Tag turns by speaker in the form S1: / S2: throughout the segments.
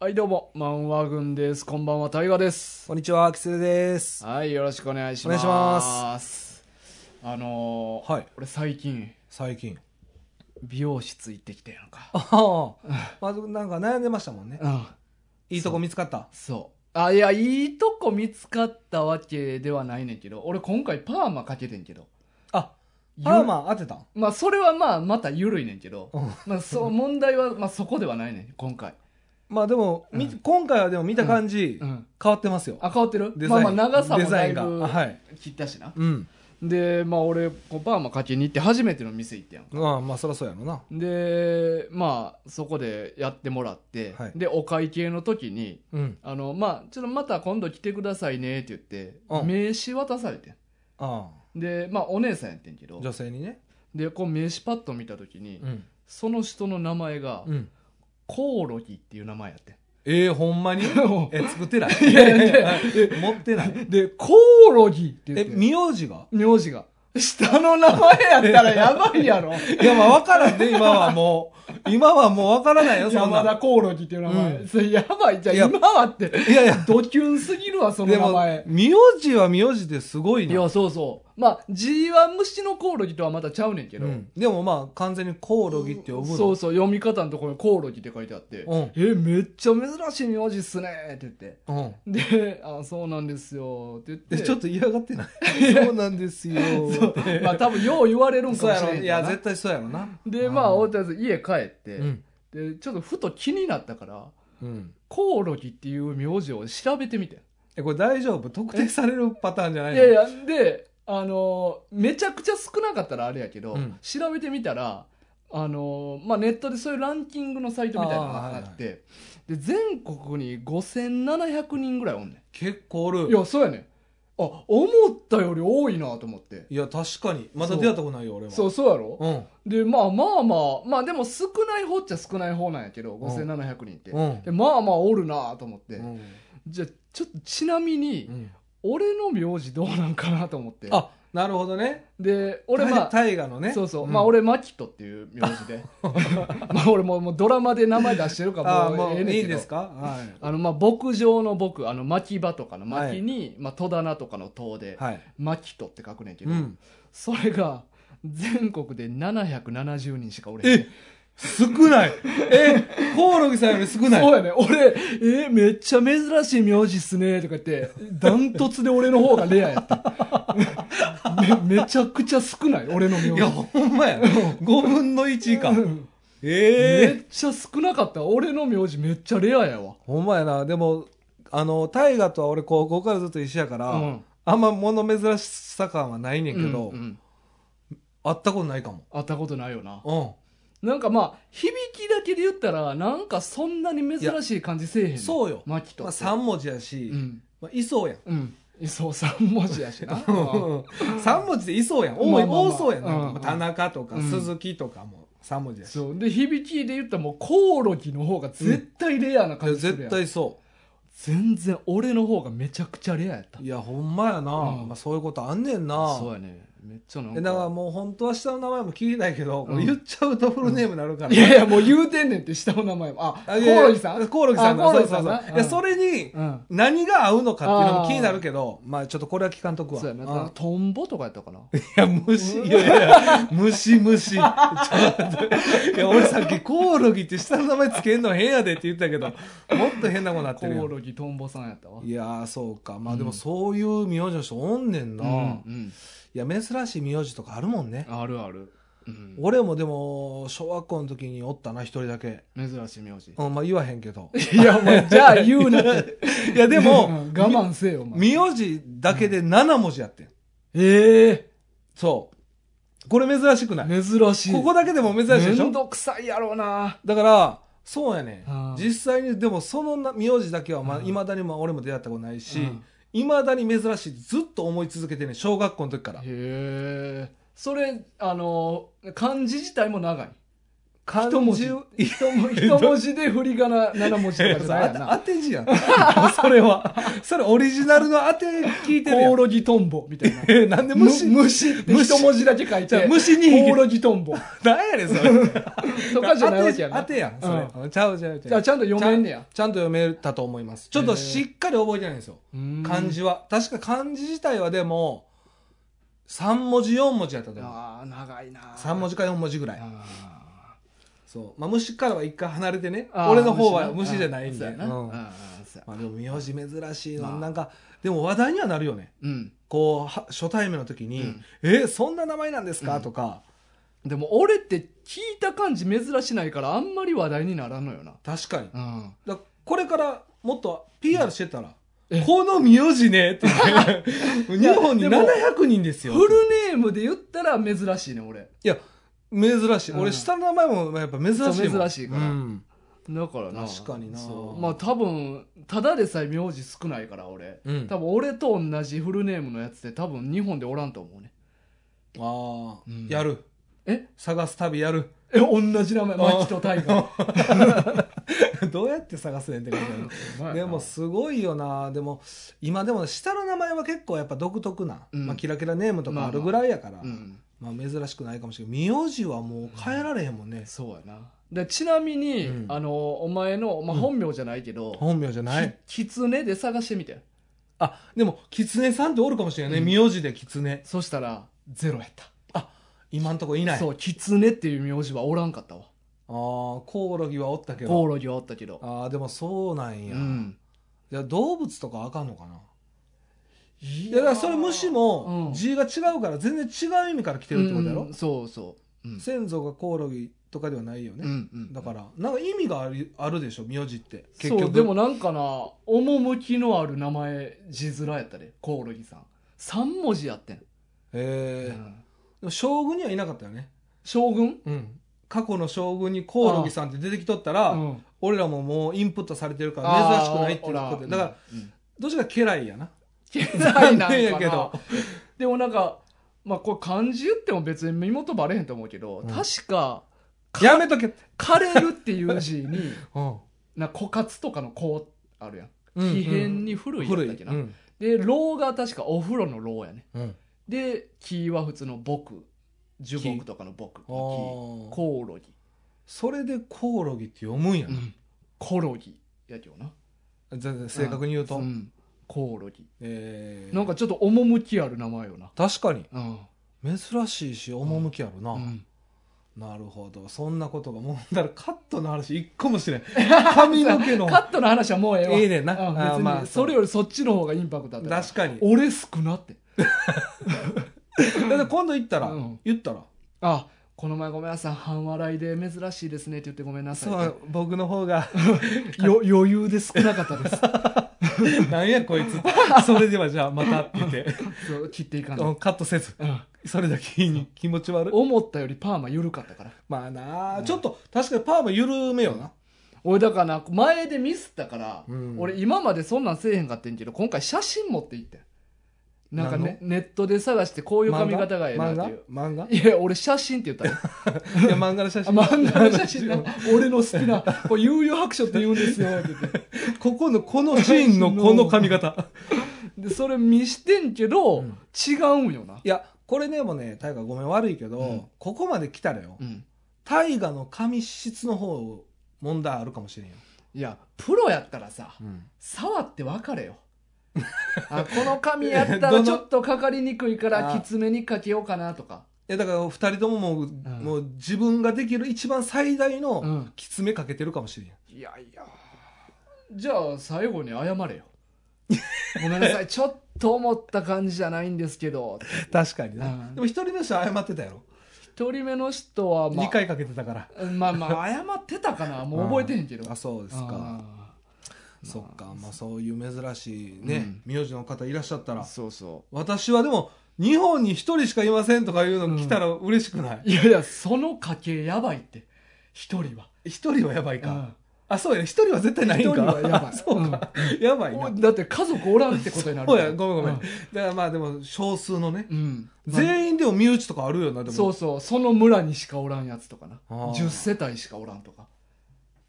S1: はい、どうも、漫画軍です。こんばんは、大河です。
S2: こんにちは、キツネです。
S1: はい、よろしくお願いし
S2: お
S1: ま
S2: 願い
S1: す。。
S2: します
S1: あのー
S2: はい
S1: 俺最近、
S2: 最近。
S1: 美容室行ってきたやんか。
S2: ああ、まずなんか悩んでましたもんね。
S1: うん、
S2: いいとこ見つかった。
S1: そう。あ、いや、いいとこ見つかったわけではないねんけど、俺今回パーマかけてんけど。
S2: あ、
S1: ゆ
S2: パーマ当てたん
S1: まあ、それはまあ、また緩いねんけど、
S2: うん
S1: まあ、そう、問題は、まあ、そこではないねん、今回。
S2: まあでも、み
S1: うん
S2: 今回はでも見た感じ、
S1: うん。
S2: 変わってますよ。
S1: あ、変わってる
S2: デ
S1: ま
S2: ザ
S1: あ
S2: イン
S1: まあ、長さも
S2: デザ
S1: だ
S2: イ
S1: い
S2: ンが
S1: ぶ
S2: あはい
S1: 切ったしな。
S2: うん。
S1: で、まあ、俺、こうパーマかけに行って初めての店行ったやんか。
S2: まあまあ、そりゃそうやろな。
S1: で、まあ、そこでやってもらって、
S2: はい
S1: で、お会計の時に、
S2: うん。
S1: あの、まあ、ちょっとまた今度来てくださいねって言って、
S2: うん
S1: 名刺渡されてん
S2: あ
S1: で、まあ、お姉さんやってんけ
S2: あ、
S1: ど、
S2: 女性にね。
S1: で、こう名刺パッと見た時に、
S2: ん。
S1: その人の名前が、
S2: うん。
S1: コオロギっていう名前やってん。
S2: ええほんまに
S1: で
S2: え、作ってない
S1: やいや
S2: 持ってない。
S1: で、 コオロギって言
S2: え、
S1: ってん、
S2: 名字が
S1: 名字が。下の名前やったらやばいやろ。
S2: いや、まあわからんね、今はもう。今はもうわからないよ、そん
S1: 山田
S2: な。
S1: コオロギっていう名前。
S2: うん
S1: それやばい。じゃあ
S2: いや
S1: 今はって、
S2: いやいや、
S1: ドキュンすぎるわ、その
S2: で
S1: 名
S2: も
S1: 前。、
S2: 名字は名字ですごい
S1: い
S2: な。
S1: や、そうそう。まあ、G は虫のコオロギとはまたちゃうねんけど。
S2: うんでもまあ完全にコオロギって呼ぶの
S1: そうそう、読み方のところにコオロギって書いてあって、
S2: うん
S1: え、めっちゃ珍しい名字っすねって言って。
S2: うん
S1: で、あ、そうなんですよって言って。
S2: えちょっと嫌がってない そうなんですよ
S1: そうまあ、多分よう言われるんか
S2: そ
S1: も
S2: うや
S1: しれ
S2: ろ
S1: ん
S2: い
S1: けど
S2: や
S1: な
S2: 絶対そうやろな
S1: で、まあ、大田さん家帰って、
S2: うん
S1: で、ちょっとふと気になったから、
S2: うん
S1: コオロギっていう名字を調べてみて。
S2: えこれ大丈夫特定されるパターンじゃない
S1: い
S2: の
S1: やいや、で、あのーめちゃくちゃ少なかったらあれやけど、
S2: うん
S1: 調べてみたら、あのーまあ、ネットでそういうランキングのサイトみたいなのがあって、
S2: あー
S1: で、
S2: はい
S1: 全国に5700人ぐらいおんね
S2: 結構お
S1: ん。い
S2: る
S1: や、そうやねん。あ、思ったより多いなと思って。
S2: いや確かにまだ出会ったことないよ俺は
S1: そう、そうやろ、
S2: うん
S1: で、まあまあまあ、まあでも少ない方っちゃ少ない方なんやけど、5700人って。
S2: うん
S1: で、まあまあおるなと思って。
S2: うん
S1: じゃあ、ちょっとちなみに、
S2: うん
S1: 俺の名字どうなんかなと思って。
S2: あなるほどね
S1: で、俺まあ、
S2: 大河のね
S1: そうそう、
S2: ん
S1: まあ俺マキトっていう名字 でまあ俺もうもうドラマで名前出してるから
S2: あ
S1: も
S2: も
S1: う
S2: う
S1: ええねんけど
S2: いいんですかはい
S1: あのまあ牧場の僕あの牧場とかの牧に、まあ、戸棚とかの戸で、
S2: はい
S1: マキトって書くねんけど、
S2: うん
S1: それが全国で770人しかおれへん
S2: え少ないえコオロギさんより少ない
S1: そうやね俺えめっちゃ珍しい名字っすねとか言ってダントツで俺の方がレアやった めめちゃくちゃ少ない俺の名字
S2: いやほんまや5分の1以下
S1: うん
S2: ええ
S1: めっちゃ少なかった俺の名字めっちゃレアやわ
S2: ほんまやな。でも、あの、大河とは俺高校からずっと一緒やから、
S1: うん
S2: あんま物珍しさ感はないねんけど、
S1: うんうん
S2: 会ったことないかも。
S1: 会ったことないよな
S2: う
S1: なんかまあ響きだけで言ったらなんかそんなに珍しい感じせえへん
S2: ん。そうよ。
S1: マキと
S2: まあ、3文字やし、
S1: うん
S2: まあ、いそうやん。
S1: うんそう3文字やし なうん
S2: 3文字でいそうやん。多い、
S1: まあまあまあ
S2: 多そうやんな。
S1: うんうん
S2: 田中とか
S1: うん
S2: 鈴木とかも3文字やし。
S1: そうで響きで言ったらもうコオロギの方が絶対レアない
S2: や
S1: 感じするや
S2: 絶
S1: ん、
S2: 対そ
S1: 全然俺の方がめちゃくちゃレアやった
S2: う。いや、ほんま
S1: う
S2: やな。
S1: ん
S2: まあ、そういうことあんねんな。
S1: そうやねめっちゃなん
S2: え
S1: か
S2: だからもう本当は下の名前も聞いてないけ
S1: う
S2: ど、
S1: ん
S2: これ言っちゃうとフルネームになるか ら、
S1: いやいやもう言うてんねんって下の名前もあコ
S2: あいやいや
S1: オロギさん
S2: コオロギさん
S1: あ
S2: だ。
S1: コオロ
S2: そう
S1: ギ
S2: そ
S1: さ
S2: うんそ
S1: な
S2: う。いや、それに、
S1: うん
S2: 何が合うのかっていうのも気になるけど、まあちょっとこれは聞かんとくわ。
S1: そうやな、
S2: うんい
S1: トンボとかやったかな。
S2: や、虫、いやいや、虫虫。ちょっといや、俺さっきコオロギって下の名前つけんの変やでって言ったけど、もっと変なことになって
S1: コ
S2: る
S1: オ
S2: よ。
S1: ロギトンボさんやったわ。
S2: いやー、そうか。まあで
S1: うん
S2: もそういう名字の人おんねんな。
S1: うん
S2: いや、珍しい名字とかあるもんね
S1: う。ん、あるある。うん
S2: 俺もでも、小学校の時におったな、一人だけ。
S1: 珍しい名字。
S2: うん、まあ言わへんけど。
S1: いや、お前、じゃあ言うなって。
S2: いや、で
S1: う
S2: も、
S1: ん我慢せえよ、お前。
S2: 名字だけで7文字やってん。
S1: ええ
S2: そう。これ珍しくない
S1: 珍しい。
S2: ここだけでも珍しいでし
S1: め
S2: ょ
S1: んどくさいやろうな。
S2: だから、そうやね
S1: うん。
S2: 実際に、でもそのな名字だけはまあ、
S1: うん
S2: いまだにまあ俺も出会ったことないし
S1: うん、
S2: いまだに珍しい。ずっと思い続けてんねん、小学校の時から
S1: へ。え。それ、あの、漢字自体も長い。
S2: 漢
S1: 一文字
S2: 字を
S1: 一文一文字で振り仮名7文字とかじゃないやん
S2: あ
S1: な
S2: 当て字やんもう それはそれオリジナルの当て聞いてるや
S1: コオ
S2: ん
S1: ロギトンボみたいな
S2: えーなんで虫
S1: む虫って一文字だけ書い
S2: じゃ
S1: て
S2: あ虫に
S1: コオロギト ンボ
S2: なんやねんそれ
S1: とかじゃないわけやん
S2: 当
S1: な
S2: てやんそれ
S1: う、
S2: ちゃうちゃうち
S1: じゃ
S2: ゃ
S1: あ
S2: う
S1: ちゃんと読めんねや
S2: ちゃんと読めたと思いますちょっとしっかり覚えてないんですよ、漢字は確か漢字自体はでも3文字4文字やったと思う
S1: ああ長いな
S2: 3文字か4文字ぐらい
S1: あ
S2: そうまあ虫からは一回離れてね
S1: ー
S2: 俺の方は虫じゃないんで
S1: あーそうやな
S2: うん
S1: あーそうや
S2: まあでも名字珍しい
S1: ま
S2: の
S1: あ
S2: なんかでも話題にはなるよね
S1: うん
S2: こうは初対面の時に
S1: う
S2: 「
S1: ん
S2: えそんな名前なんですか?」とか
S1: でも俺って聞いた感じ珍しないからあんまり話題にならんのよな
S2: 確かに
S1: うん
S2: だからこれからもっと PR してたら
S1: え
S2: 「この名字ね」って言って 日本に
S1: いやでも
S2: 700人です
S1: フ
S2: よ
S1: ルネームで言ったら珍しいね俺
S2: いや珍しい、
S1: うん
S2: 俺下の名前もやっぱ珍しいもん
S1: そう珍しいから
S2: うん
S1: だからな
S2: 確かにな
S1: そうまあ多分ただでさえ名字少ないから俺、
S2: うん
S1: 多分俺と同じフルネームのやつって多分日本でおらんと思うね
S2: ああ、
S1: うん
S2: やる
S1: え
S2: 探す旅 やる
S1: え同じ名前マキとタイガ
S2: どうやって探すねんって感じだね
S1: ー
S2: でもすごいよなでも今でも下の名前は結構やっぱ独特な、
S1: うん
S2: まあ、キラキラネームとかあるぐらいやから、まあ
S1: うん
S2: 珍しくないかもしれない名字はもう変えられへんもんね、
S1: そうやなでちなみに、
S2: うん
S1: あのお前の、まあ、
S2: うん
S1: 本名じゃないけど、
S2: 本名じゃない
S1: きつねで探してみて
S2: あでも狐さんっておるかもしれないね、名字で狐
S1: そしたらゼロやった
S2: 今んとこいないあ
S1: そう、キツネっていう名字はおらんかったわ。
S2: あーコオロギはおったけ
S1: コオ
S2: ど
S1: ロギはおったけど。
S2: ああでもそうなん
S1: う
S2: や、
S1: ん。
S2: いや動物とかあかんのかないいやだからそれ虫
S1: う
S2: も
S1: ん
S2: 字が違うから全然違う意味から来てるってことやろ、
S1: うんそうそう。うん。
S2: 先祖がコオロギとかではないよね、
S1: うんうん
S2: だからなんか意味があるあるでしょ名字って結
S1: そ
S2: 局
S1: う、でもなんかな、趣のある名前、字面やったで、コオロギさん。3文字やってん。
S2: え
S1: う
S2: ーで
S1: ん
S2: も将軍にはいなかったよね、
S1: 将軍
S2: うん、過去の将軍にコオロギさんって出てきとったら、
S1: うん
S2: 俺らももうインプットされてるから珍しくないっていう
S1: あー
S2: こ
S1: ほ
S2: とでだから、
S1: うん
S2: どっちか家来やな
S1: 嫌いなん
S2: 残念
S1: や
S2: や
S1: け
S2: け
S1: ど
S2: ど。
S1: でもなんか、まあこれ漢字言っても別に身元バレへんと思うけど、
S2: うん
S1: 確か、
S2: やめとけって、
S1: 枯れるっていう字に、
S2: うん
S1: な枯渇とかの枯あるやん。
S2: うん
S1: 奇変に古いやったっけな。
S2: 古いうん
S1: で、牢が確かお風呂の牢やね。
S2: うん
S1: で、木は普通の僕。樹木とかの僕。木
S2: あー
S1: コオロギ。
S2: それでコオロギって読むんやな、
S1: コロギやけどな。
S2: 全然正確に言うと、
S1: うんコオロギ。
S2: えー
S1: なんかちょっと趣ある名前よな。
S2: 確かに
S1: うん。
S2: 珍しいし趣あるな、
S1: うん
S2: なるほどそんなことがもうだからカットの話一個もしてない 髪の毛 の
S1: カットの話はもうええわ。
S2: いいねんな
S1: う
S2: あー
S1: 別に
S2: まあ
S1: それよりそっちの方がインパクトあったな。
S2: 確かに
S1: 俺少なって。
S2: だって今度行ったら、
S1: うん
S2: 言ったら
S1: あ、この前ごめんなさい。半笑いで珍しいですねって言ってごめんなさい。
S2: そう僕の方が
S1: よ余裕で少なかったです。
S2: なんやこいつそれではじゃあまたって言って
S1: そう切っていかない。
S2: うんカットせず
S1: うん
S2: それだけに気持ち悪い
S1: 思ったよりパーマ緩かったから
S2: まあなあ、
S1: うん
S2: ちょっと確かにパーマ緩めよな、
S1: 俺だからな前でミスったから、
S2: うん
S1: 俺今までそんなんせえへんかってんけど今回写真持って行ってんなんかね
S2: 何
S1: ネットで探してこういう髪型がええなってい
S2: 漫
S1: う
S2: 画漫画
S1: いや俺写真って言った よ
S2: いや漫画の写
S1: あ
S2: 真
S1: 漫画の写真な 俺の好きなこれ悠々白書って言うんですよって言って
S2: ここのこのシーンのこの髪 型
S1: でそれ見してんけど、
S2: うん
S1: 違うんよない
S2: やこれねもうね大河ごめん悪いけど、
S1: うん
S2: ここまで来たらよ
S1: うん
S2: 大河の髪質の方問題あるかもしれんよ、
S1: いやプロやったらさ触って分か れよあこの髪やった
S2: ど
S1: ら
S2: の
S1: ちょっとかかりにくいから
S2: あ
S1: きつめにかけようかなとか
S2: いやだから2人とももう,、もう自分ができる一番最大
S1: う
S2: の
S1: ん
S2: きつめかけてるかもしれんよ、
S1: いやいやじゃあ最後に謝れ よごめんなさいちょっと思った感じじゃないんですけど
S2: 確かに
S1: な
S2: でも1人の人は謝ってたやろ、
S1: 一人目の人はま
S2: 2回かけてたから
S1: あまあまあ謝ってたかなもう覚えてへんけど
S2: あそうですかそっかまあそういう珍しいね、名字の方いらっしゃった
S1: あー
S2: ら
S1: そうそ
S2: 私はでも日本に1人しかいませんとかいうの来たら嬉しくない、
S1: ういやいやその家系やばいって一人は
S2: 一1人はやばいか、
S1: うん
S2: あそうやね一人は絶対ないんか
S1: 一人はやばい
S2: そうか、やばいな
S1: おだって家族おらんってことになる
S2: そうやごめんごめん、
S1: うん
S2: だからまあでも少数のね、
S1: うん、
S2: 全員でも身内とかあるよなでも
S1: そうそうその村にしかおらんやつとかな
S2: あー
S1: 10世帯しかおらんとか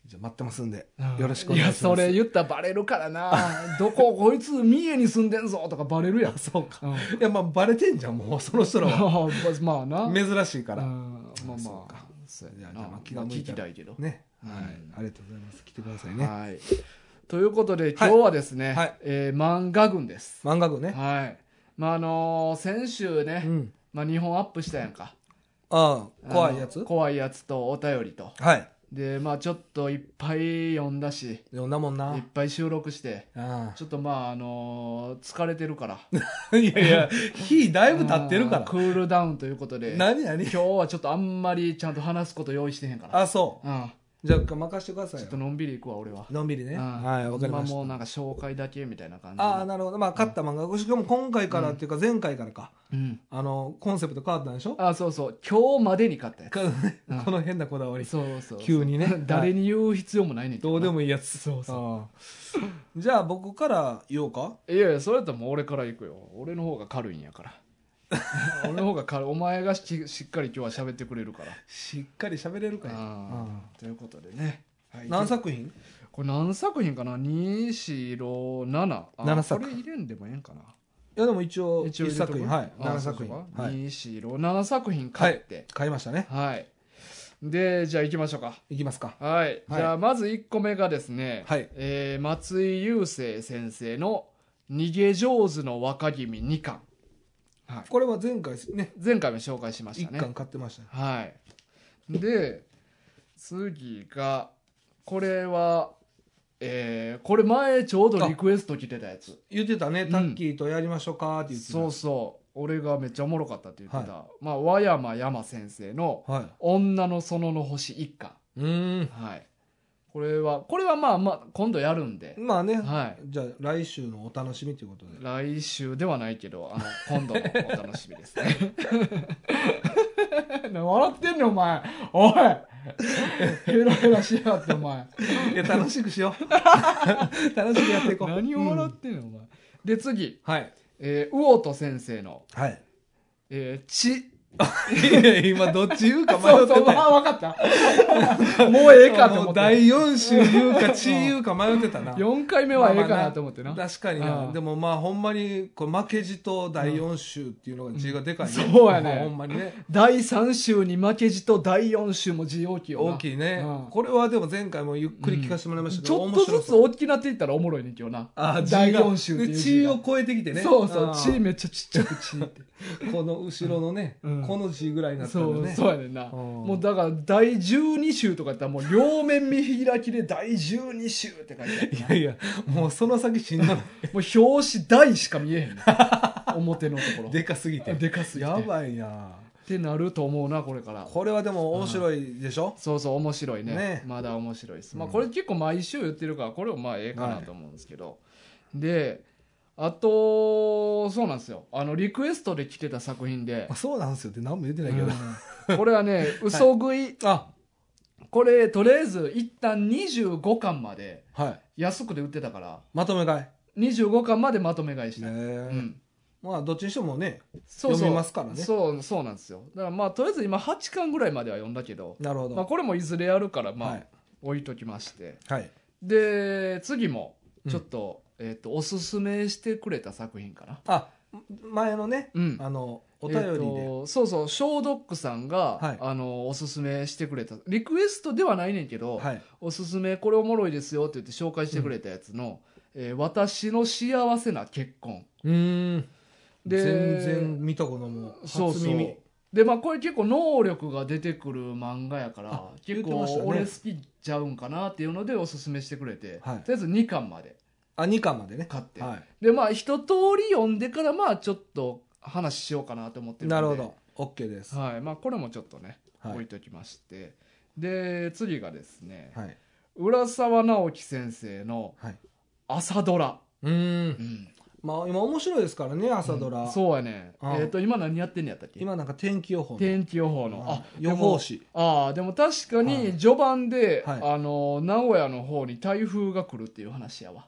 S2: じゃあ待ってますんで、
S1: うん
S2: よろしくお願いします
S1: やそれ言ったらバレるからなどここいつ三重に住んでんぞとかバレるやん
S2: そうか、
S1: うん
S2: いやまあバレてんじゃんもう その人らは
S1: まあまあな
S2: 珍しいから、
S1: うんまあまあ
S2: そうか
S1: そうや
S2: じゃあ
S1: な
S2: まあ気
S1: ま
S2: が
S1: あ
S2: 向い
S1: 聞
S2: た
S1: き
S2: ら
S1: たいけど
S2: ね、
S1: うん
S2: はいありがとうございます来てくださいね
S1: はいということで今日はですね、
S2: はい
S1: えー漫画群です
S2: 漫画部ね、
S1: はいまああのー先週ね、
S2: うん
S1: まあ、2本アップしたやんか
S2: ああ怖いや
S1: あ
S2: つ
S1: の怖いやつとお便りと
S2: はい
S1: でまあちょっといっぱい読んだしい
S2: そんなもんな
S1: っぱい収録して
S2: あ
S1: ちょっとまああのー疲れてるから
S2: あ いやいや日だいぶ経ってるか
S1: あー
S2: ら
S1: クールダウンということで今
S2: 何何
S1: 日はちょっとあんまりちゃんと話すこと用意してへんから
S2: あそ
S1: うん
S2: うじゃあ任してくださ
S1: ち
S2: い
S1: ょっ
S2: よ
S1: とのんびりいくわ俺は
S2: のんびりね
S1: うん
S2: はいわかりまし
S1: あも
S2: た
S1: うなんか紹介だけみたいな感じ
S2: ああなるほどまあ勝った漫画しかも今回からっていうか前回からか
S1: うん
S2: あのコンセプト変わったんでしょ
S1: あそうそう今日までに買ったやつ
S2: か この変なこだわり
S1: そうそう
S2: 急にね
S1: 誰に言う必要もないねんけ
S2: どうで
S1: も
S2: もいいやつそうそうじゃあ僕から言おうか
S1: いやいやそれやったらもう俺から行くよ俺の方が軽いんやから 俺の方が軽いお前がししっかり今日は喋ってくれるから
S2: しっかり喋れるかよ
S1: あーということでね、
S2: うん何作品
S1: これ何作品かな247
S2: 七作
S1: これ入れんでもええんかない
S2: やでも一応
S1: 一応
S2: 一
S1: 入れと
S2: 作
S1: く
S2: 品はい
S1: あ
S2: 7
S1: そう
S2: 作
S1: そう
S2: 品
S1: か
S2: はい
S1: 247作品買って
S2: 買いましたね
S1: はい、でじゃあ行きましょうか
S2: いきますか
S1: はい、じゃあまず1個目がですね、
S2: はい
S1: えー松井雄生先生の「逃げ上手の若君2巻」はい、
S2: これは前回ね
S1: 前回も紹介しまし
S2: 一
S1: たね
S2: 巻買ってましたね
S1: はいで次がこれはえーこれ前ちょうどリクエスト来てたやつ
S2: 言ってたねタッキーとやりましょうかって言ってた
S1: そうそう俺がめっちゃおもろかったって言ってた、まあ、和山山先生の
S2: はい
S1: 「女の園の星一巻
S2: うー」ん
S1: はいこれはこれはまあまあ今度やるんで、
S2: まあね
S1: はい
S2: じゃあ来週のお楽しみということで
S1: 来週ではないけどあの今度のお楽しみですね 笑ってんねんお前おいヘラヘラしやがってお前
S2: いや楽しくしよう 楽しくやっていこう
S1: 何を笑
S2: う
S1: っ
S2: ん
S1: てんの、お前で次、
S2: はい
S1: えー、魚戸先生の
S2: はい
S1: 「えー、血」
S2: いや今どっち言うか迷
S1: そ
S2: っ
S1: う
S2: て
S1: そう、
S2: た
S1: まあ、分かった もうええかと
S2: も
S1: 思
S2: う
S1: って
S2: 第4週言うか地言うか迷ってたな
S1: 4回目はええかなと思ってな、
S2: 確かにな
S1: うん
S2: でもまあほんまにこう負けじと第4週っていうのが字がでかいね
S1: うんそうやね
S2: ほんまにね
S1: 第3週に負けじと第4週も字大きいよな
S2: 大きいね
S1: うん
S2: これはでも前回もゆっくり聞かせてもらいましたけ
S1: ち
S2: ど
S1: ょっ
S2: 面
S1: と
S2: 白
S1: ずつ
S2: そう
S1: 大きなっていったらおもろいねんけどな
S2: あ字が
S1: 第4週っていう
S2: で
S1: 字
S2: 地
S1: が
S2: を超えてきてね
S1: そうそ
S2: あ
S1: う
S2: ー
S1: 血めっちゃちっちゃく血って
S2: この後ろのね
S1: うん
S2: この字ぐらいになってる
S1: そ
S2: よ
S1: う
S2: ね
S1: そうやねんな
S2: うん
S1: もうだから第12週とかやったらもう両面見開きで第12週って書いてある
S2: いやいやもうその 先しんど
S1: も
S2: い
S1: う表紙台しか見え へんねん表のところ
S2: でかすぎて
S1: でかすぎて
S2: やばいな
S1: ってなると思うなこれから
S2: これはでも面白いでしょ
S1: そうそう面白いね
S2: ね
S1: まだ面白いです、まあ
S2: うん
S1: これ結構毎週言ってるからこれもまあええかなと思うんですけど、であとそうなんですよあのリクエストで来てた作品 で
S2: あそうなんですよって何も言ってないけど
S1: これ はね嘘食い、
S2: あ
S1: これとりあえず一旦25巻まで
S2: はい
S1: 安くで売ってたから
S2: まとめ買
S1: 25巻までまとめ買いし
S2: い
S1: た、
S2: ね
S1: う
S2: え
S1: ん、
S2: まあどっちにしてもね
S1: そうそう
S2: 読みますからね
S1: そうそうなんですよだからまあとりあえず今8巻ぐらいまでは読んだけど、
S2: なるほど
S1: まあ、これもいずれやるからまあ、
S2: はい
S1: 置いときまして
S2: はい
S1: で次もちょっと,、えっとおすすめしてくれた作品かな
S2: あ前のね
S1: うん
S2: あのお便りで
S1: えーとそうそうショードックさんが、
S2: はい
S1: あのおすすめしてくれたリクエストではないねんけど、
S2: はい
S1: おすすめこれおもろいですよって言って紹介してくれたやつの「えー私の幸せな結婚
S2: うーん」
S1: で
S2: 全然見たことも
S1: そう
S2: 初
S1: そ
S2: 耳
S1: うでまあこれ結構能力が出てくる漫画やから
S2: あ
S1: 結
S2: 言って
S1: 構
S2: ましたね
S1: 俺好きちゃうんかなっていうのでおすすめしてくれて、
S2: はい
S1: とりあえず2巻まで
S2: あ二巻までね
S1: 買って、
S2: は
S1: でまあ一通り読んでからまあちょっと話しようかなと思ってる
S2: い
S1: んで
S2: なるほど OK ですは
S1: はいまあ、これもちょっとね、置い
S2: い
S1: ときましてで次がですね、
S2: はい
S1: 浦沢直樹先生の
S2: はい
S1: 「朝ドラ
S2: うー」んまあ今面白いですからね朝ドラ、
S1: うんそうやね
S2: うん
S1: えっ、と今何やってんのやったっけ
S2: 今なんか天気予報の
S1: 天気予報
S2: う
S1: の
S2: ん
S1: あ
S2: 予報
S1: で
S2: 士
S1: もああでも確か
S2: はい
S1: に序盤で、
S2: はい
S1: あの名古屋の方に台風が来るっていう話やわ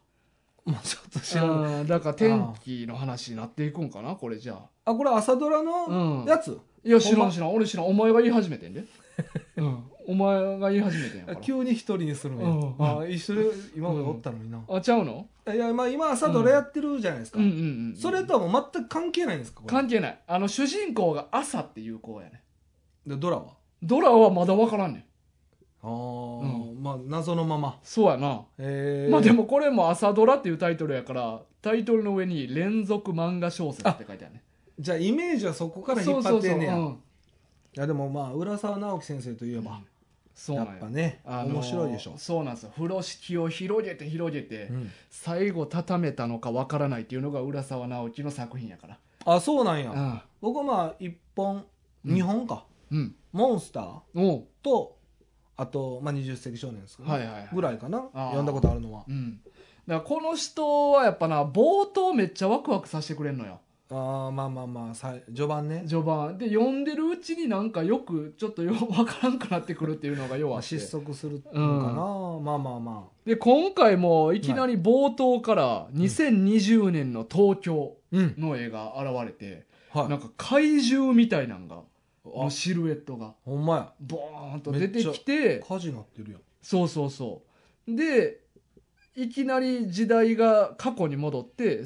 S2: もうちょっと知らない
S1: うんだから天気の話になっていくんかなこれじゃあ
S2: あこれ朝ドラ
S1: う
S2: の
S1: ん
S2: やつ、
S1: いや
S2: ほ
S1: 知
S2: んま
S1: らん知らん俺知らんお前が言い始めてん で、うん、お前が言い始めてんやか
S2: あ
S1: ら
S2: 急に一人にするのよ、
S1: うん
S2: あ一緒で今までおったのにな、
S1: あちゃうの
S2: いやまあ今朝ドラやってるじゃないですか、
S1: うんうんうん
S2: それとはもう全く関係ないんですかこれ
S1: 関係ないあの主人公が朝っていう子やね
S2: でドラは
S1: ドラはまだ分からんねん
S2: ああ、まあ謎のまま
S1: そうやな
S2: え
S1: まあでもこれも「朝ドラ」っていうタイトルやからタイトルの上に「連続漫画小説」って書いてあるね
S2: じゃあイメージはそこから
S1: そ
S2: 引っ
S1: う
S2: 張
S1: そ
S2: っ
S1: うそ
S2: て
S1: う、
S2: ん
S1: う
S2: ねや
S1: ん、
S2: いやでもまあ浦沢直樹先生といえば、
S1: そう
S2: や
S1: な
S2: っ
S1: んや
S2: ぱね、
S1: あのー
S2: 面白いでしょ、
S1: そうなんですよ風呂敷を広げて広げて、
S2: うん
S1: 最後畳めたのかわからないっていうのが浦沢直樹の作品やから
S2: あそうなんや、
S1: あ
S2: 僕はまあ1本
S1: うん
S2: 2本か、
S1: うん
S2: モンスター
S1: おう
S2: とあと、まあ、20世紀少年ですけどね、
S1: はいはいはい
S2: ぐらいかな
S1: あー
S2: 読んだことあるのは
S1: うんだからこの人はやっぱな冒頭めっちゃワクワクさせてくれんのよ
S2: ああまあまあまあさい序盤ね
S1: 序盤で読んでるうちになんかよくちょっとよう分からんくなってくるっていうのが要
S2: ま
S1: はあ
S2: あ
S1: って
S2: 失速するのかな、まあまあまあ
S1: で今回もいきなり冒頭から2020年の東京
S2: うん
S1: の絵が現れて、
S2: は
S1: ないんか怪獣みたいなんが
S2: あ
S1: のシルエットが
S2: ほんま
S1: ボーンと出てきて
S2: や火事なってるやん
S1: そうそうそうでいきなり時代が過去に戻って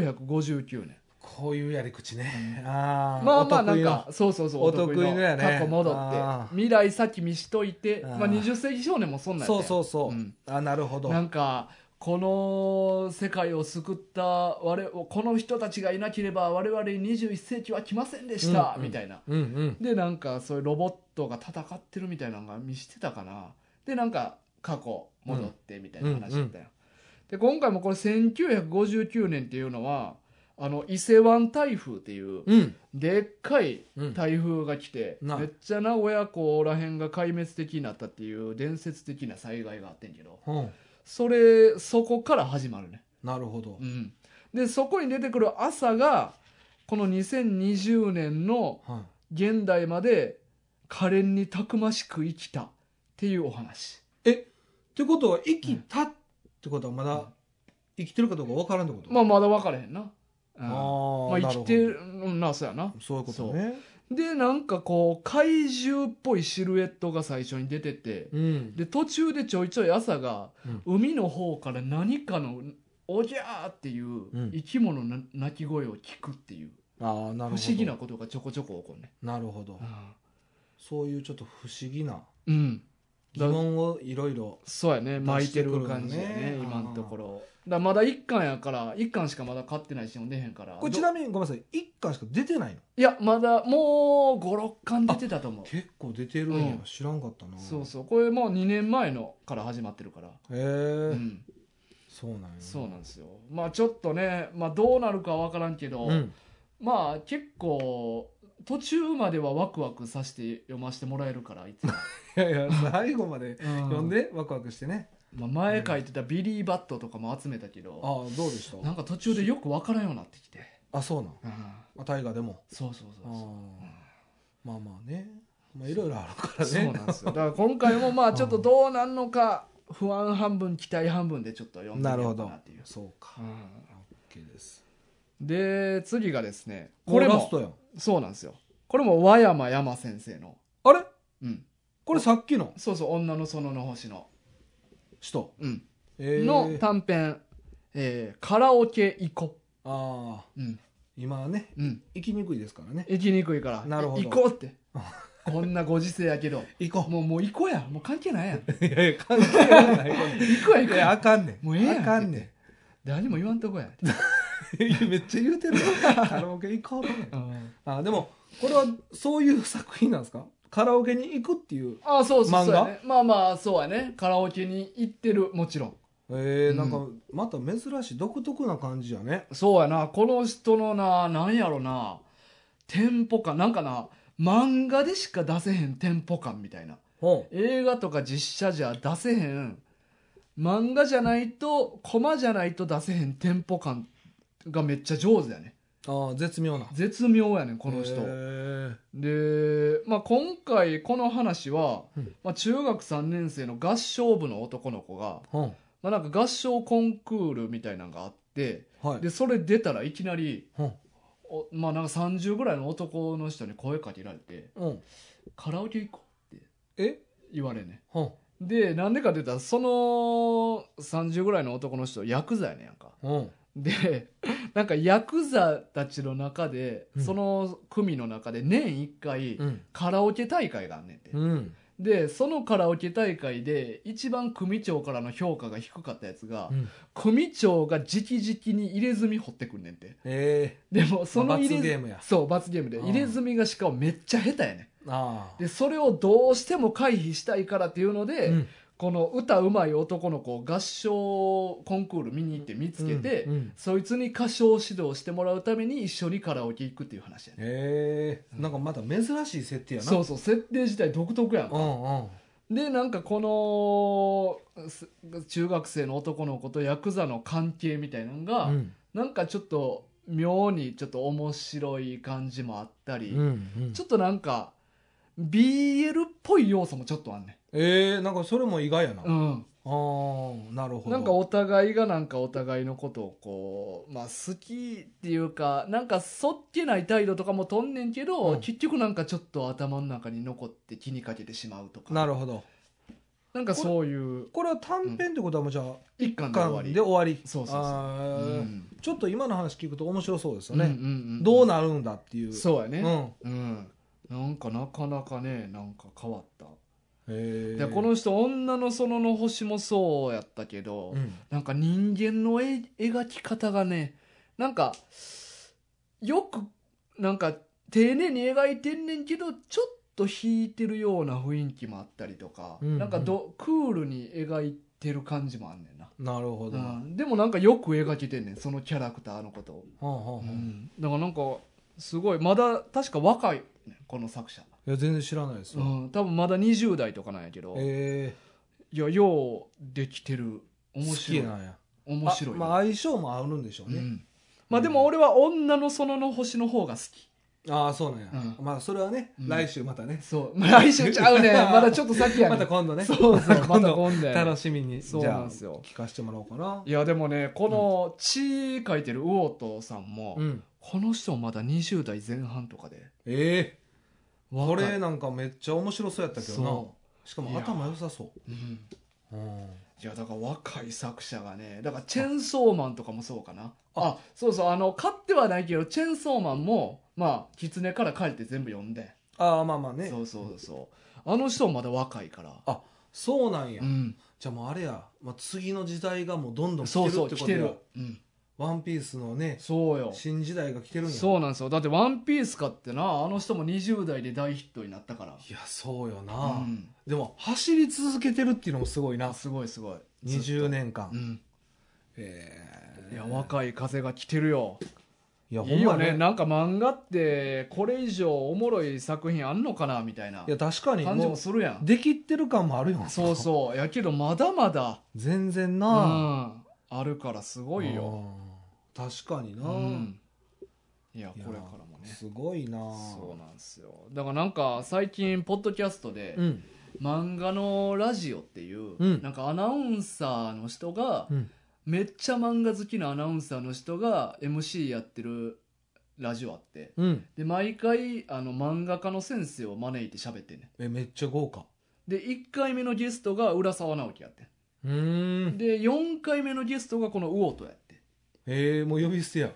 S1: 1959年
S2: こういうやり口ね、ああ
S1: まあまあ
S2: お
S1: な
S2: 得
S1: ん
S2: 意の
S1: かそうそうそう
S2: お得意のやね
S1: 過去戻って
S2: あー
S1: 未来先見しといて
S2: あー
S1: まあ、20世紀少年もそんなんやった
S2: そ
S1: や
S2: うんそうそう、
S1: うん
S2: あなるほど
S1: なんかこの世界を救った我々この人たちがいなければ我々21世紀は来ませんでした、
S2: うんうん
S1: みたいな
S2: うんうん
S1: でなんかそういうロボットが戦ってるみたいなのが見してたかなでなんか過去戻ってみたいな話だったよ、で今回もこれ1959年っていうのはあの伊勢湾台風っていう
S2: うん
S1: でっかい
S2: うん
S1: 台風が来て、
S2: な
S1: めっちゃ名古屋港らへんが壊滅的になったっていう伝説的な災害があってんけど
S2: うん
S1: それそこから始まるね、
S2: なるほど
S1: うん、でそこに出てくる朝がこの2020年の
S2: はい
S1: 現代まで可憐にたくましく生きたっていうお話
S2: ってことは生きたってことはまだ生きてるかどうか分からんってこと、
S1: まあまだ分からへんな、うん
S2: あ
S1: まあ、
S2: あ
S1: 生きてるうんなそうやな
S2: そういうことね
S1: でなんかこう怪獣っぽいシルエットが最初に出てて
S2: うん
S1: で途中でちょいちょい朝が海の方から何かのおぎゃーっていう
S2: うん
S1: 生き物の鳴き声を聞くっていう
S2: ああな
S1: 不
S2: るほど
S1: 思議なことがちょこちょこ起こるね
S2: なるほどそういうちょっと不思議な
S1: うん
S2: 疑問をいろいろ
S1: そうやね巻いてる感じや
S2: 出して
S1: ね
S2: くるのね
S1: 今のところだからまだ1巻やから1巻しかまだ買ってないし読んでへんから
S2: これち
S1: ど
S2: なみにごめんなさい一巻しか出てないの
S1: いやまだもう56巻出てたと思う
S2: 結構出てるんや、
S1: うん
S2: 知らんかったな
S1: そうそうこれもう2年前のから始まってるから
S2: へえ、
S1: うん
S2: そうなんや
S1: そうなんですよまあちょっとねまあどうなるかは分からんけど、
S2: うん
S1: まあ結構途中まではワクワクさせて読ませてもらえるからいつ も、
S2: いやいや最後まで
S1: 読
S2: 読ん、でワクワクしてね
S1: まあ、前書いてたビリー・バットとかも集めたけど、
S2: ああどうでした
S1: なんか途中でよく分からんようになってきて、
S2: あそうなん
S1: うん、
S2: あ大河でも
S1: そうそう
S2: あ
S1: そうそう
S2: あまあまあねまあいろいろあるからね
S1: そうなんですよだから今回もまあちょっとどうなんのか不安半分期待半分でちょっと読んで
S2: なる
S1: みよ
S2: ほ
S1: うか
S2: ど
S1: なっていう、
S2: そうかオッケーです
S1: で次がですね
S2: こ
S1: こ
S2: れ
S1: れ
S2: ラス
S1: も
S2: トやん
S1: そうなんですよこれも和山山先生の、
S2: あれ
S1: うん、
S2: これさっきの
S1: そうそう「女の園の星の
S2: 人」
S1: うん
S2: えー
S1: の短編、えーカラオケ行こ
S2: ああ」
S1: うん
S2: 今はね
S1: うん、
S2: 行きにくいですからね
S1: 行きにくいから
S2: なるほど
S1: い行こうってこんなご時世やけど
S2: 行こ
S1: もうもう行こうやもう関係ないやん行
S2: う いやいや関係ない
S1: こうや行
S2: い
S1: こう
S2: や
S1: や
S2: あかんねん
S1: もうええやん
S2: あかんね
S1: 誰にも言わんと こや、
S2: んいやめっちゃ言うてる やんカラオケ行こうとね
S1: うん
S2: あーでもこれはそういう作品なんですかカラオケに行くっていう
S1: あそうそう
S2: 漫
S1: そう
S2: 画
S1: やねまあまあそうやねカラオケに行ってるもちろんう
S2: えー、
S1: ん
S2: なんかまた珍しい独特な感じやね
S1: そうやなこの人のななんやろなテンポ感なんかな漫画でしか出せへんテンポ感みたいな
S2: ほ
S1: 映画とか実写じゃ出せへん漫画じゃないとコマじゃないと出せへんテンポ感がめっちゃ上手やね
S2: ああ絶妙な
S1: 絶妙やねこの人
S2: へー
S1: で、まあ、今回この話は、
S2: うん
S1: まあ、中学3年生の合唱部の男の子が、
S2: うん
S1: まあ、なんか合唱コンクールみたいなのがあって
S2: はい
S1: でそれ出たらいきなり、
S2: うん
S1: おまあ、なんか30ぐらいの男の人に声かけられて
S2: うん
S1: 「カラオケ行こう」って
S2: え
S1: 言われんねん
S2: うん
S1: でなんでかって言ったらその30ぐらいの男の人ヤクザやねんやんか
S2: うん
S1: で なんかヤクザたちの中で、
S2: うん
S1: その組の中で年1回、
S2: うん
S1: カラオケ大会があんねんて、
S2: うん
S1: でそのカラオケ大会で一番組長からの評価が低かったやつが、
S2: うん
S1: 組長が直々に入れ墨掘ってくんねんて
S2: え
S1: でもその入れ
S2: 罰ゲームや
S1: そう罰ゲームで
S2: うん
S1: 入れ墨がしかもめっちゃ下手やね
S2: えああ
S1: んでそれをどうしても回避したいからっていうので、
S2: うん
S1: この歌うまい男の子を合唱コンクール見に行って見つけて、
S2: うんうん
S1: そいつに歌唱指導してもらうために一緒にカラオケ行くっていう話やね
S2: へえなんかまた珍しい設定やな
S1: そうそう設定自体独特やんか
S2: うんうん
S1: でなんかこのす中学生の男の子とヤクザの関係みたいなのが、
S2: うん
S1: なんかちょっと妙にちょっと面白い感じもあったり、
S2: うん
S1: ちょっとなんか BL っぽい要素もちょっとあんね
S2: ええなんかそれも意外やなあ
S1: ん、うん、
S2: あなるほど
S1: なんかお互いがなんかお互いのことをこうまあ好きっていうかなんかそっけない態度とかもとんねんけど、
S2: うん
S1: 結局なんかちょっと頭の中に残って気にかけてしまうとか
S2: なるほど
S1: なんかそういう
S2: これは短編ってことはもうじゃあ
S1: 一巻で終わ
S2: 巻
S1: り
S2: で終わり
S1: そうそうそう
S2: あー
S1: うん
S2: ちょっと今の話聞くと面白そうですよ
S1: うん
S2: ね
S1: うんうん
S2: どうなるんだっていう
S1: そうやね、
S2: うん
S1: うん、なんかなかなかねなんか変わった、
S2: へえ
S1: でこの人女の園の星もそうやったけど、
S2: うん
S1: なんか人間の絵描き方がねなんかよくなんか丁寧に描いてんねんけどちょっと引いてるような雰囲気もあったりとか、
S2: うんうん
S1: なんかどクールに描いてる感じもあんねんな、
S2: なるほど
S1: う
S2: は
S1: んでもなんかよく描けてんねんそのキャラクターのことを、
S2: あはあは
S1: う
S2: あ
S1: んだからなんかすごいまだ確か若いねこの作者
S2: いや全然知らないです
S1: う
S2: よ
S1: ん、多分まだ20代とかなんやけど、
S2: え
S1: いやようできてる
S2: え
S1: 面白い
S2: 好きなんや
S1: 面白い
S2: あまあ相性も合うんでしょう
S1: う
S2: ね
S1: んまあでも俺は女の園の星の方が好き
S2: ああそうなんや
S1: う
S2: まあそれはね
S1: うん
S2: 来週またね
S1: そうまあ来週ちゃうね まだちょっと先やね
S2: また今度ね
S1: そうそう また
S2: 今度
S1: 今度やね
S2: 楽しみにじ
S1: そうな
S2: ゃ
S1: ん
S2: あ
S1: ですよ
S2: 聞かせてもらおうかない
S1: やでもねこの血書いてる魚トさんも、
S2: うん
S1: この人まだ20代前半とかで
S2: ええこ
S1: こ
S2: れなんかめっちゃ面白そうやったけど
S1: そ
S2: なしか
S1: い
S2: も
S1: や、
S2: 頭良さそ
S1: う
S2: う
S1: ん、
S2: ううん
S1: いやだから若い作者がねだからチェンソーマンとかもそうかなあそうそうあの買ってはないけどチェンソーマンもまあ狐から帰って全部読んで、
S2: ああまあまあね
S1: そうそうそうあの人もまだ若いから
S2: あそうなんや
S1: うん
S2: じゃあもうあれやまあ次の時代がもうどんどん来て
S1: そ
S2: る
S1: う
S2: って
S1: そう
S2: こと
S1: 来て
S2: や
S1: る、うん、
S2: ワンピースのね
S1: そうよ
S2: 新時代が来てるんや
S1: そうなんですよだって「ワンピースかってなあの人も20代で大ヒットになったから
S2: いやそうよな、
S1: うん
S2: でも走り続けてるっていうのもすごいな
S1: すごいすごい
S2: 20年間、
S1: うん
S2: ええ
S1: いや若い風が来てるよ
S2: いやほ
S1: いい
S2: ん
S1: よ
S2: ま
S1: ね
S2: ね
S1: なんか漫画ってこれ以上おもろい作品あんのかなみたいない
S2: や確かに
S1: 感じ
S2: も
S1: も
S2: う
S1: するやん
S2: できてる感もあるよ
S1: そうそうやけどまだまだ
S2: 全然
S1: うん
S2: な、
S1: あるからすごいよ
S2: あー確かにな、
S1: うんいやこ
S2: い
S1: れ
S2: や
S1: からもね
S2: すごいな
S1: そうなんですよだからなんか最近ポッドキャストで
S2: うん
S1: 漫画のラジオっていう、
S2: うん
S1: なんかアナウンサーの人が、
S2: うん
S1: めっちゃ漫画好きなアナウンサーの人が MC やってるラジオあって
S2: うん
S1: で毎回あの漫画家の先生を招いて喋ってんね
S2: えめっちゃ豪華
S1: んで1回目のゲストが浦沢直樹やって
S2: うー
S1: ん
S2: ん
S1: で4回目のゲストがこの魚とやって
S2: ええもう呼び捨てや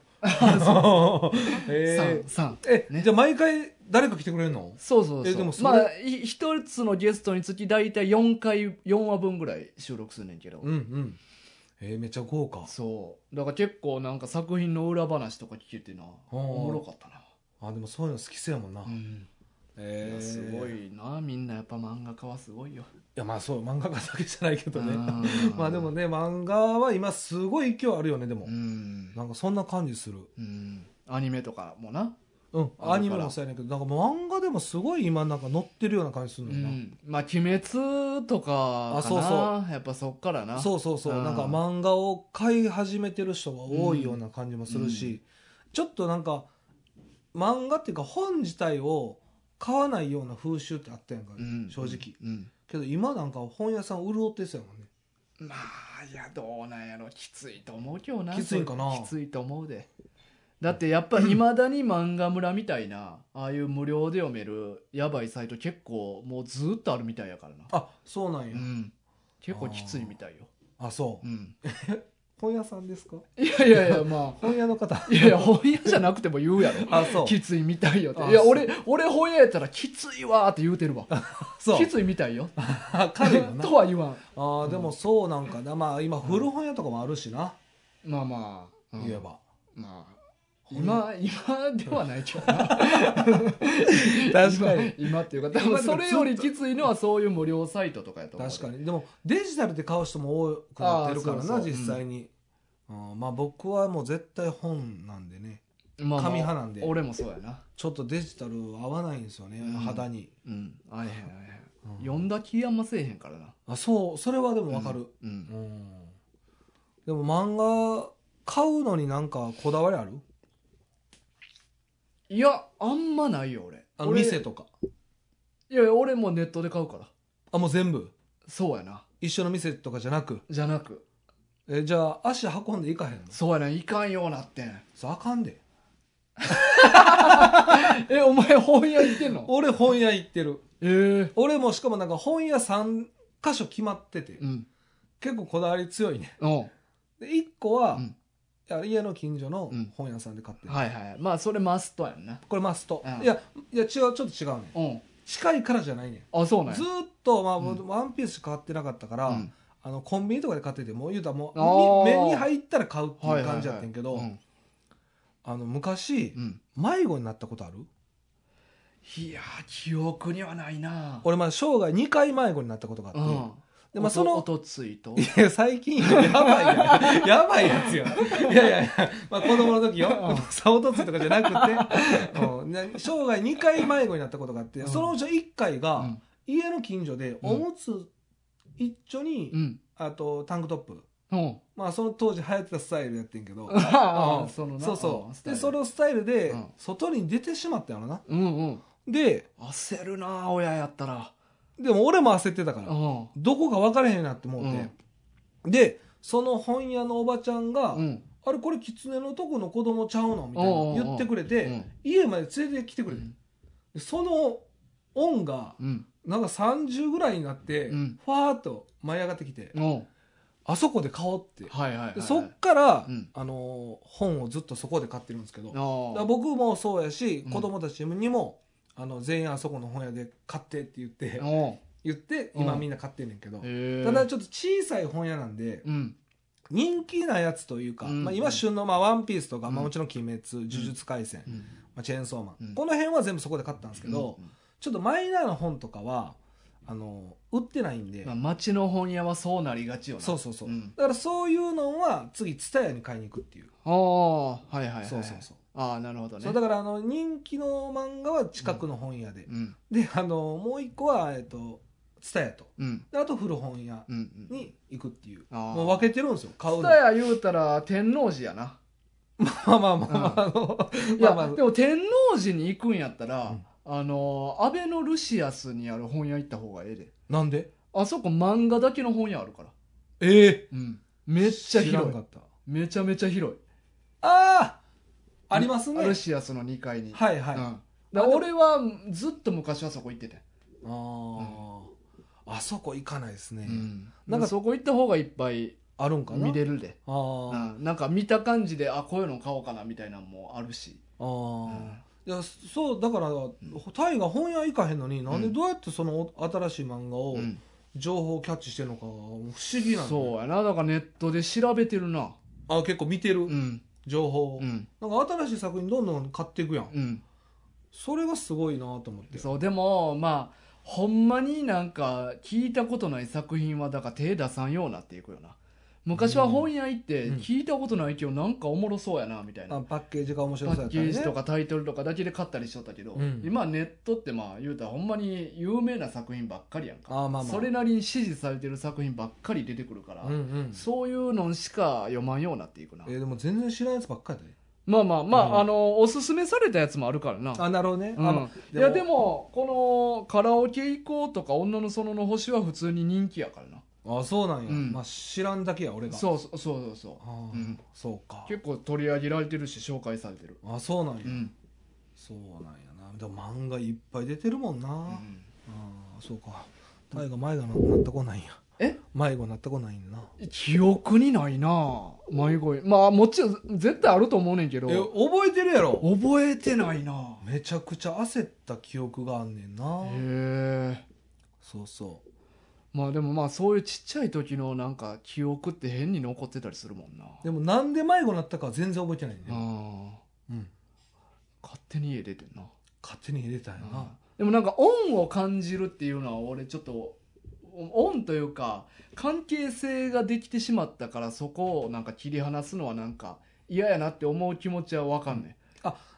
S2: え
S1: 3三
S2: ー、え、
S1: ね
S2: じゃあ毎回誰か来てくれるの
S1: そうそうそう
S2: えでもそれ
S1: まあい一つのゲストにつき大体4回4話分ぐらい収録するねんけど、
S2: うんうんえー、めっちゃ豪華
S1: そうだから結構なんか作品の裏話とか聞けてな
S2: うん
S1: おもろかったな、
S2: あでもそういうの好きそうやもんな、
S1: うんい
S2: え
S1: や
S2: ー
S1: すご
S2: い
S1: いなみんなやっぱ漫画家はすごいよ、
S2: やまあそう漫画家だけじゃないけどね
S1: うん
S2: まあでもね漫画は今すごい勢いあるよねでも、
S1: うん
S2: なんかそんな感じする
S1: うんアニメとかもな
S2: うん、
S1: から
S2: アニメもそうやねんけどなんか漫画でもすごい今なんか載ってるような感じする
S1: う
S2: のよな、
S1: ん、まあ「鬼滅」とかかな
S2: あそうそ
S1: やっぱそっからな
S2: そうそうそう
S1: うん
S2: なんか漫画を買い始めてる人が多いような感じもするし、
S1: うん
S2: ちょっとなんか漫画っていうか本自体を買わないような風習ってあったやんか、
S1: ん
S2: 正直、
S1: うん
S2: けど今なんか本屋さん潤ってそうやもんね
S1: まあいやどうなんやろきついと思うけどな
S2: きついんかな
S1: きついと思うでだってやっぱいまだに漫画村みたいなああいう無料で読めるやばいサイト結構もうずっとあるみたいやからな
S2: あそうなんや、
S1: うん結構きついみたいよ、
S2: あそう、
S1: うん、
S2: 本屋さんですか
S1: いやいやいやま
S2: 本屋 の方
S1: あいやいや本屋じゃなくても言うやろ
S2: あ そう
S1: きついみたいよって
S2: あ
S1: いや
S2: そう
S1: 俺俺本屋やったらきついわーって言うてるわ
S2: そう
S1: きついみたいよ
S2: あ軽いよ な
S1: とは言わん
S2: あーでもそうなんかなまあ今古本屋とかもあるしな、
S1: まあまあ、うん
S2: 言えば
S1: まあ
S2: 本
S1: 今今ではないけどな今今っていうか多分それよりきついのはそういう無料サイトとかやと思う
S2: 確か
S1: に
S2: にでもデジタルで買う人も多くなってるからな
S1: あーそうそう
S2: 実際に、あーまあ僕はもう絶対本なんでね
S1: まあまあ
S2: 紙派なんで
S1: 俺もそうやな
S2: ちょっとデジタル合わないんですよね、
S1: うん
S2: 肌に、
S1: うんあれへんあれ
S2: うん
S1: へん読んだ気あんませえへんからな
S2: あそうそれはでもわかる、
S1: うん、うん
S2: うんでも漫画買うのになんかこだわりある
S1: いやあんまないよ俺
S2: あの
S1: 俺
S2: 店とか
S1: いやいや俺もネットで買うから
S2: あもう全部
S1: そうやな
S2: 一緒の店とかじゃなく
S1: じゃなく
S2: えじゃあ足運んでいかへんの
S1: そうやないかんようなってん
S2: そうあかんで
S1: えお前本屋行ってんの
S2: 俺本屋行ってる
S1: ええ
S2: 俺もしかもなんか本屋3箇所決まってて、
S1: うん
S2: 結構こだわり強いね
S1: うん
S2: で1個は、
S1: うん
S2: いや家の近所の
S1: うん
S2: 本屋さんで買ってる、
S1: はいはいまあそれマストやんな
S2: これマスト、
S1: うん
S2: いやいや違うちょっと違うね
S1: うん
S2: 近いからじゃないね
S1: あそうなんや
S2: ずーっと、まあ
S1: うん
S2: ワンピースしか買ってなかったから、
S1: うん
S2: あのコンビニとかで買っててもう言うたらも
S1: あー
S2: うみ目に入ったら買うっていう感じやってんけど、
S1: はいはいはい
S2: あの昔
S1: うんうん
S2: 迷子になったことある
S1: いやー記憶にはないな
S2: 俺まあ生涯2回迷子になったことがあって、
S1: うん
S2: でまあその
S1: おとおとついと
S2: いや、最近や、ばいやん。やばいやつよ。いやいやいや、まあ子供の時よ
S1: うん。
S2: サオトツとかじゃなくて、うんね生涯2回迷子になったことがあって、
S1: うん
S2: そのうち1回
S1: う
S2: が、
S1: ん
S2: 家の近所でおむつ一丁に、
S1: うん
S2: あとタンクトップ。
S1: うん
S2: まあその当時流行ってたスタイルやってんけど。
S1: あ
S2: う
S1: ー
S2: ん
S1: そのな
S2: そう
S1: あースタイ
S2: そう。で、
S1: ル
S2: そのスタイルで
S1: うん、
S2: 外に出てしまったよな。
S1: うんうん
S2: で、
S1: 焦るな親やったら
S2: でも俺も焦ってたか
S1: う
S2: ら。
S1: ん
S2: どこか分からへんようになってもうて、でその本屋のおばちゃんが
S1: う
S2: 「
S1: ん
S2: あれこれ狐のとこの子供ちゃうの?」みたい
S1: おうおうおう
S2: な言ってくれて、
S1: うん
S2: 家まで連れてきてくれて、その恩が
S1: うん
S2: なんか30ぐらいになって、
S1: うん
S2: ファーっと舞い上がってきて、
S1: うん
S2: あそこで買おうって、
S1: はいはいはい
S2: でそっから、
S1: うん
S2: あのー本をずっとそこで買ってるんですけど、だか
S1: あ
S2: ら
S1: あ
S2: 僕もそうやし
S1: うん
S2: 子供たちにも、あの全員あそこの本屋で買ってって言って、
S1: うん
S2: 言って今
S1: うん
S2: みんな買ってんねんけど、
S1: へえ
S2: ただちょっと小さい本屋なんで
S1: うん
S2: 人気なやつというか、
S1: うん
S2: まあ、今旬の「まあワンピースとか、
S1: うん
S2: まあ、もちろん「鬼滅」「呪術廻戦」
S1: うん
S2: まあ、チェーンソーマン、
S1: うん
S2: この辺は全部そこで買ったんですけど、ちょっとマイナーな本とかはあの売ってないんで、
S1: まあ町の本屋はそうなりがちよな
S2: そうそうそう、
S1: うん
S2: だからそういうのは次蔦屋に買いに行くっていう、
S1: ああはいはいはい
S2: そうそうそう,、
S1: ああなるほどね
S2: そうだからあの人気の漫画は近くの本屋で、
S1: うん
S2: であのもう一個はえっと蔦屋と
S1: うん
S2: であと古本屋
S1: うんうん
S2: に行くっていう、
S1: ああ
S2: もう分けてるんですよ買うの
S1: 蔦屋言うたら天王寺やな
S2: まあまあまあまあ、あの、
S1: い
S2: ま
S1: や、
S2: あまあ
S1: でも天王寺に行くんやったら、あの安倍のルシアスにある本屋行った方がええで
S2: なんで
S1: あそこ漫画だけの本屋あるから、
S2: ええ
S1: うん、めっちゃ
S2: 知ら
S1: 広
S2: んか
S1: い
S2: った。
S1: めちゃめちゃ広い
S2: ああありますね。
S1: ルシアスの2階に、
S2: はいはい。
S1: うん
S2: あ
S1: だから俺はずっと昔はそこ行ってて、
S2: あ、あそこ行かないですね。
S1: な
S2: なんん
S1: か
S2: か
S1: そこ行った方がいっぱい
S2: あるんかな
S1: 見れるで、
S2: あ
S1: う
S2: ー
S1: ん、なんか見た感じであこういうの買おうかなみたいなのもあるし、
S2: あ
S1: う
S2: ー。
S1: ん
S2: いやそうだからタイが本屋行かへんのになんでどうやってその新しい漫画を
S1: うん
S2: 情報をキャッチしてるのかが不思議なの
S1: そうやなだからネットで調べてるな
S2: あ結構見て
S1: う
S2: る
S1: ん
S2: 情報を
S1: うん
S2: なんか新しい作品どんどん買っていくやん
S1: うん
S2: それがすごいなと思って
S1: そうでもまあほんまになんか聞いたことない作品はだから手出さんようなっていくよな昔は本屋行って
S2: うん
S1: 聞いたことないけどなんかおもろそうやなみたいな、
S2: あパッケージが面白
S1: パ
S2: そうや
S1: ッ
S2: っ
S1: ケ
S2: たり
S1: ージ
S2: ね
S1: とかタイトルとかだけで買ったりしとったけど、
S2: うん
S1: 今ネットってまあ言うたらほんまに有名な作品ばっかりやんか、
S2: あーまあまあ
S1: それなりに支持されてる作品ばっかり出てくるから、
S2: うんうん
S1: そういうのしか読まんようになっていくな
S2: えーでも全然知らんやつばっかりだね
S1: まあまあまあ、
S2: うん
S1: あのおすすめされたやつもあるからな
S2: あなるほどね、
S1: うん
S2: あまあ
S1: いやでもこのカラオケ行こうとか女の園の星は普通に人気やからな
S2: あそうなんや、
S1: うん
S2: まあ、知らんだけや俺がう
S1: そうそうそうそうそ
S2: あー、
S1: うん
S2: そうか
S1: う結構取り上げられてるし紹介されてる
S2: あそうなんや、
S1: うん、
S2: そうなんやなでも漫画いっぱい出てるもんな、
S1: う
S2: あ
S1: ん
S2: あーそうか大河迷子ななったこないんや
S1: え
S2: 迷子なったこないんな
S1: 記憶にないな迷子まあもちろん絶対あると思うねんけ
S2: え
S1: ど
S2: 覚えてるやろ
S1: 覚えてないな
S2: めちゃくちゃ焦った記憶があんねんな
S1: へえ
S2: そうそう
S1: まあでもまあそういうちっちゃい時のなんか記憶って変に残ってたりするもんな
S2: でもなんで迷子なったかは全然覚えてないんだよ、
S1: あ
S2: うん、
S1: あ勝手に家出てんな
S2: 勝手に入れたんやな、
S1: でもなんか恩を感じるっていうのは俺ちょっと恩というか関係性ができてしまったからそこをなんか切り離すのはなんか嫌やなって思う気持ちは分かんね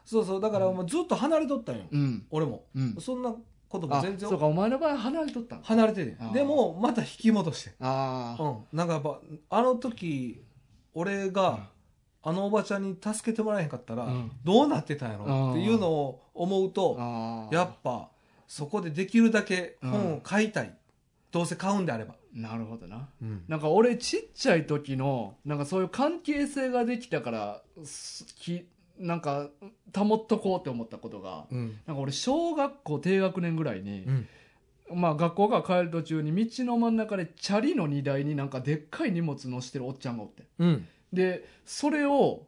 S2: そうそうだから
S1: うん
S2: もうずっと離れとったんよ、
S1: うん
S2: 俺も
S1: うん
S2: そんなことも
S1: あ
S2: 全然
S1: そうかお前の場合離れとったんか
S2: 離れてて
S1: あー
S2: でもまた引き戻して
S1: ああ
S2: うんなんかやっぱあの時俺があのおばちゃんに助けてもらえへんかったら
S1: うん
S2: どうなってたんやろっていうのを思うと
S1: ああ
S2: やっぱそこでできるだけ
S1: うん
S2: 本を買いたいどうせ買うんであれば
S1: なるほどな
S2: うん
S1: なんか俺ちっちゃい時のなんかそういう関係性ができたからすきなんか保っとこうって思ったことが
S2: うん
S1: なんか俺小学校低学年ぐらいに、
S2: うん
S1: まあ、学校から帰る途中に道の真ん中でチャリの荷台になんかでっかい荷物乗してるおっちゃんがおって
S2: うん
S1: でそれを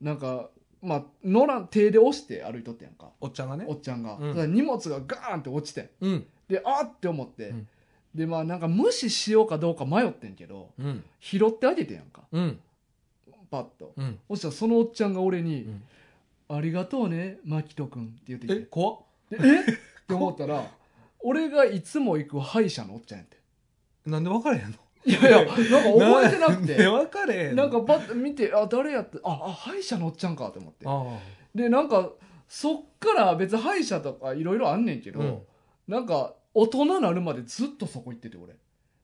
S1: なんか、まあ、乗らん手で押して歩いとってやんか
S2: おっちゃんがね
S1: おっちゃんが、
S2: うん
S1: ただ荷物がガーンって落ちてん
S2: うん
S1: であーって思って、
S2: うん
S1: でまあなんか無視しようかどうか迷ってんけど
S2: うん
S1: 拾ってあげてやんか
S2: うん
S1: パッと
S2: うん
S1: そしたらそのおっちゃんが俺に
S2: うん
S1: 「ありがとうね牧人君」って言ってき
S2: え
S1: て
S2: 怖っ
S1: でえって思ったら俺がいつも行く歯医者のおっちゃんやって
S2: なんで分かれへんの
S1: いやいやなんか覚えてなく
S2: んで
S1: て
S2: 分かれへんの
S1: なんかバッと見てあ誰やってああ歯医者のおっちゃんかと思って
S2: あー
S1: でなんかそっから別に歯医者とかいろいろあんねんけど、
S2: うん
S1: なんか大人なるまでずっとそこ行ってて俺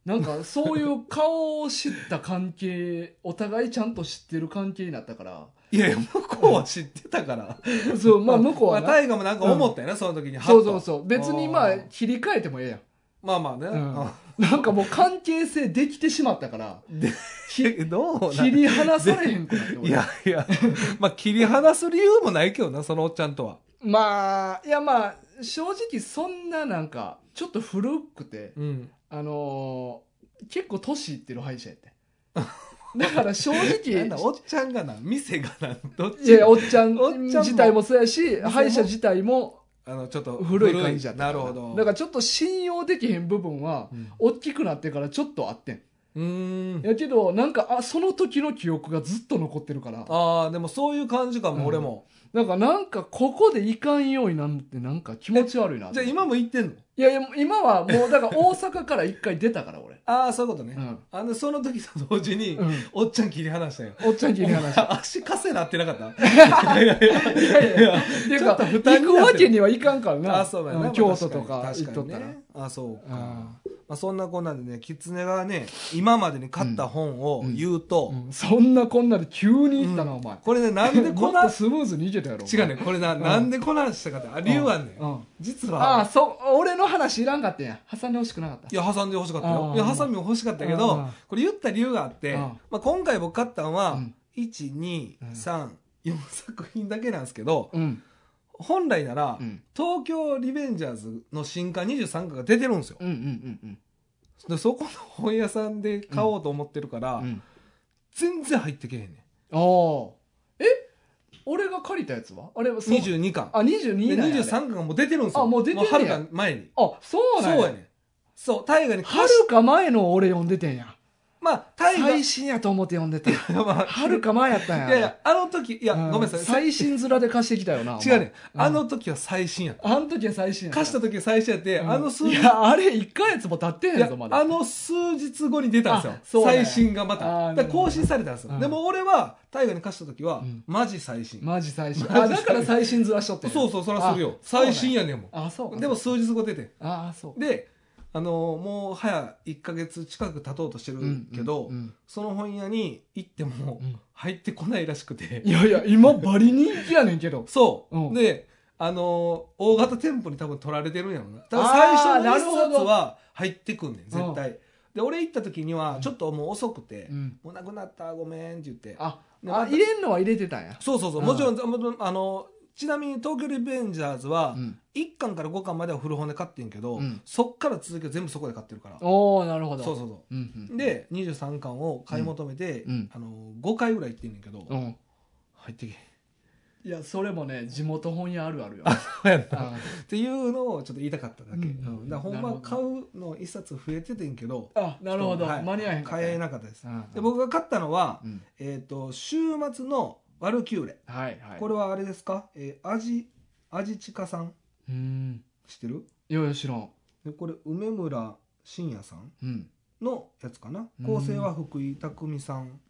S1: なんかそういう顔を知った関係お互いちゃんと知ってる関係になった から
S2: いやいや向こうは知ってたから
S1: そうまあ向こうは
S2: ま
S1: な
S2: あ、大河もなんか思ったよな、その時
S1: そ
S2: に。
S1: うそ
S2: は
S1: う
S2: っと
S1: そう別にまあ
S2: あー
S1: 切り替えてもええやん
S2: まあまあね。
S1: なんかもう関係性できてしまったから
S2: うん、 どうな
S1: 切り離されへんくなって俺
S2: いやいや、 まあ切り離す理由もないけどな、そのおっちゃんとは。
S1: まあいやまあ正直そんななんかちょっと古くて
S2: うん。
S1: あのー結構年いってる歯医者やっ てだから正
S2: な
S1: 直
S2: んだ、おっちゃんがな、店がな、どっ
S1: い
S2: ち
S1: やおっちゃん
S2: おっちゃんも
S1: 自体もそうやし
S2: も
S1: 歯医者自体も
S2: あの、ちょっと
S1: 古い感じやった
S2: な
S1: か
S2: る
S1: ら
S2: ほど。
S1: だからちょっと信用できへん部分は
S2: うん
S1: 大きくなってからちょっとあってん
S2: うーん。
S1: やけどなんかあその時の記憶がずっと残ってるから
S2: ああ、でもそういう感じか
S1: うん
S2: も、俺も。
S1: なんかなんかここでいかんようになんてなんか気持ち悪いな
S2: じゃあ今も行ってんの
S1: いやいや今はもうだから大阪から一回出たから俺
S2: ああ、そういうことね。
S1: うん
S2: あの、その時と同時に、
S1: うん
S2: おっちゃん切り離し たよ。
S1: おっちゃん切り離した
S2: 足かせなってなかったいやいやいやいや。
S1: っていう
S2: ちょ
S1: か
S2: っと負
S1: 行
S2: 担になってる
S1: くわけにはいかんからな
S2: あそうだよ
S1: う
S2: ね
S1: ん京都とか行っとったら、
S2: あそうか、
S1: うん
S2: まあ、そんなこんなでね狐がね今までに買った本を
S1: うん
S2: 言うと、
S1: うんそんなこんなで急に行ったな、お前
S2: これねなん で
S1: もっ
S2: こ
S1: と
S2: な
S1: スムーズに行けたやろ
S2: 違うねこれな、
S1: ん
S2: なんでこなんしたかってあ理由はね、
S1: うんうん
S2: 実
S1: ああ
S2: は
S1: そう俺の話いらんかったんや挟んでほしくなかった
S2: いや挟んで欲しかったよ
S1: あ
S2: いやハサミも欲しかったけ
S1: う
S2: ど
S1: ん
S2: これ言った理由があって
S1: うん
S2: まあ、今回僕買ったのは、
S1: うん
S2: 1234作品だけなんですけど
S1: うん
S2: 本来なら、
S1: うん
S2: 東京リベンジャーズの新刊23巻が出てるんですよ
S1: うんうんうん
S2: でそこの本屋さんで買おうと思ってるから、
S1: うんうん
S2: 全然入ってけへんねん
S1: ああえ俺が借りたやつはあれはそう
S2: 22巻
S1: あ22
S2: で
S1: なんや
S2: 23巻がもう出てるんですよ
S1: あもう出てんねや
S2: はるか前に
S1: あそうなん
S2: そうやねんそう大河に
S1: はるか前の俺読んでてんや
S2: まあ、タイガ
S1: 最新やと思って読んでて
S2: ま
S1: はるか前やったん
S2: あ、
S1: や
S2: いやいや、あの時、いや、
S1: う
S2: ごめんなさい。
S1: 最新面で貸してきたよな
S2: 違うね。
S1: お前
S2: あの時は最新やった。
S1: あの時は最新や
S2: 貸した時は最新やって、あの数
S1: 数い
S2: 日、い
S1: やあれ1ヶ月も経ってへん
S2: や
S1: ぞまだ
S2: あの数日後に出たん
S1: あ
S2: です
S1: そ
S2: よ。
S1: うなんや
S2: 最新がま
S1: あ
S2: た。
S1: ー
S2: だから更新されたんです
S1: う
S2: よ。
S1: ん
S2: でも俺は、大河に貸した時は
S1: うん、
S2: マジ最新。
S1: マジ最新
S2: マジ
S1: あ
S2: 最新
S1: だから最新ずらしとって
S2: そうそう、そらするよ。最新やねんもん。
S1: あそうなん
S2: でも数日後出て。
S1: ああそう
S2: で、あのーもう早1ヶ月近く経とうとしてるけど、
S1: うんうん
S2: その本屋に行っても
S1: うん
S2: 入ってこないらしくて
S1: い。やいや今バリ人気やねんけど
S2: そう、
S1: うん
S2: で、あのー大型店舗に多分取られてるんやろな。だから
S1: あ
S2: 最
S1: ー
S2: 初の
S1: な
S2: 1
S1: るほ
S2: 冊
S1: ど
S2: は入ってくんねん、絶対。で、俺行った時にはちょっともう遅くて、
S1: うん
S2: もうなくなった、ごめんって言って。
S1: あ
S2: で
S1: あ
S2: また
S1: 入れんのは入れてたんや
S2: そうそうそう、
S1: うん
S2: もちろん、もちろんあのーちなみに東京リベンジャーズは
S1: うん
S2: 1巻から5巻までは古本で買ってんけど、
S1: うん
S2: そっから続きは全部そこで買ってるから。
S1: おおなるほど
S2: そうそうそう。
S1: うんうん
S2: で23巻を買い求めて、
S1: うんうん
S2: あの5回ぐらい行ってんねんけど、
S1: うん
S2: 入ってけ
S1: いやそれもね地元本屋あるある よ
S2: へんっ
S1: あ
S2: ていうのをちょっと言いたかっただけ、
S1: うん
S2: うんだからほんま買うの1冊増えててんけど
S1: あなるほど
S2: ちょっとはい
S1: 間に合えへんかった
S2: 買えなかったです、
S1: うん
S2: で僕が買ったのは、
S1: うん
S2: えっと週末のワルキューレ、
S1: はいはい
S2: これはあれですか、えー、味味ちかさん
S1: うん
S2: 知ってる
S1: いやいや知らん
S2: でこれ梅村真也さん
S1: うん
S2: のやつかな
S1: うん
S2: 構成は福井匠さん、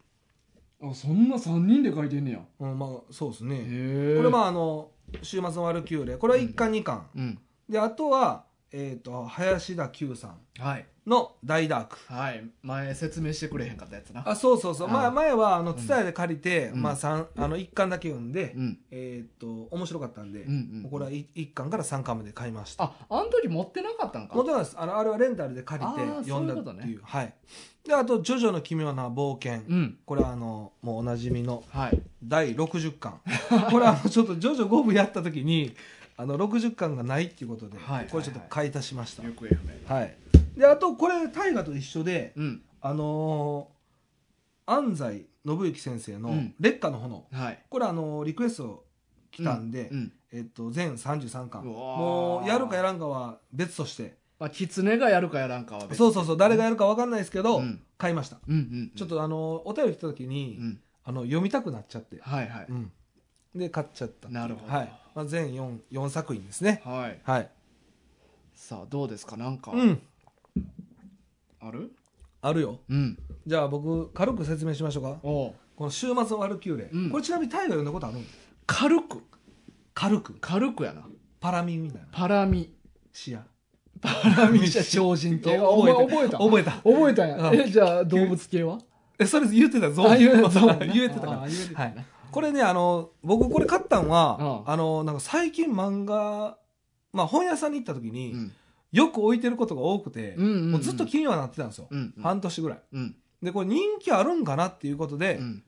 S1: あそんな3人で書いてんねや
S2: うん、まあそうですね、
S1: へえ
S2: これま
S1: あ
S2: ああの週末のワルキューレこれは1巻2巻、
S1: うん
S2: であとは、えー、と林田久さん
S1: はい
S2: の「大ダーク
S1: はい前説明してくれへんかったやつ」な
S2: あそうそうそう、まあ、
S1: うん
S2: 前はあの蔦屋で借りて、
S1: うん
S2: まあ、三あの1巻だけ読んで、
S1: うん
S2: えっ、と面白かったんで、
S1: うんうん
S2: これは 1, 巻から3巻まで買いました
S1: ああの時持ってなかったんか
S2: もちろんですあのあれはレンタルで借りて
S1: あー
S2: 読んだ
S1: そういう
S2: っ
S1: こ
S2: て
S1: と
S2: いう
S1: ね
S2: はいであと「ジョジョの奇妙な冒険」
S1: うん
S2: これはあのもうおなじみの
S1: はい
S2: 第60巻これは あのちょっと「ジョジョ5部」やった時にあの60巻がないっていうことで、
S1: はいはいはい
S2: これちょっと買い足しました
S1: 行方不明
S2: はい、であとこれ大河と一緒で、
S1: うん
S2: あのー安西信之先生
S1: う
S2: の
S1: ん
S2: 「烈火の炎
S1: はい」
S2: これ、あのーリクエスト来たんで、
S1: うん
S2: えっと、全33巻
S1: うわー
S2: もうやるかやらんかは別として
S1: まあ狐がやるかやらんかは別
S2: そうそうそう誰がやるか分かんないですけど、
S1: うん
S2: 買いました、
S1: うんうん
S2: ちょっ
S1: と
S2: とあのーお便り来た時に、
S1: うん
S2: あの読みたくなっちゃって、
S1: はいはい
S2: うんで買っちゃった
S1: なるほど
S2: はいまあ、全 4, 4作品ですね
S1: はい
S2: はい
S1: さあどうですかなんか
S2: うん
S1: ある
S2: あるよ
S1: うん
S2: じゃあ僕軽く説明しましょうか
S1: おう
S2: この週末のワルキューレ、
S1: うん
S2: これちなみに大河読んだことあるの
S1: 軽く
S2: 軽く
S1: 軽くやな
S2: パラミみたいな
S1: パラミ
S2: 視野
S1: パラミじゃ超人系は
S2: 覚えて
S1: 覚えた
S2: 覚えた
S1: 覚えたんや
S2: うん
S1: えじゃあ動物系は
S2: えそれ言ってたぞ
S1: あ言う
S2: 言えてたから
S1: あ言えてた
S2: はいこれねあの僕これ買ったんは、
S1: うん
S2: あのなんか最近漫画まあ本屋さんに行った時
S1: う
S2: に、
S1: ん
S2: よく置いてることが多くて、
S1: うんうんうん
S2: もうずっと気にはなってたんですよ、
S1: うんうん
S2: 半年ぐらい
S1: うん
S2: でこれ人気あるんかなっていうことで、
S1: うん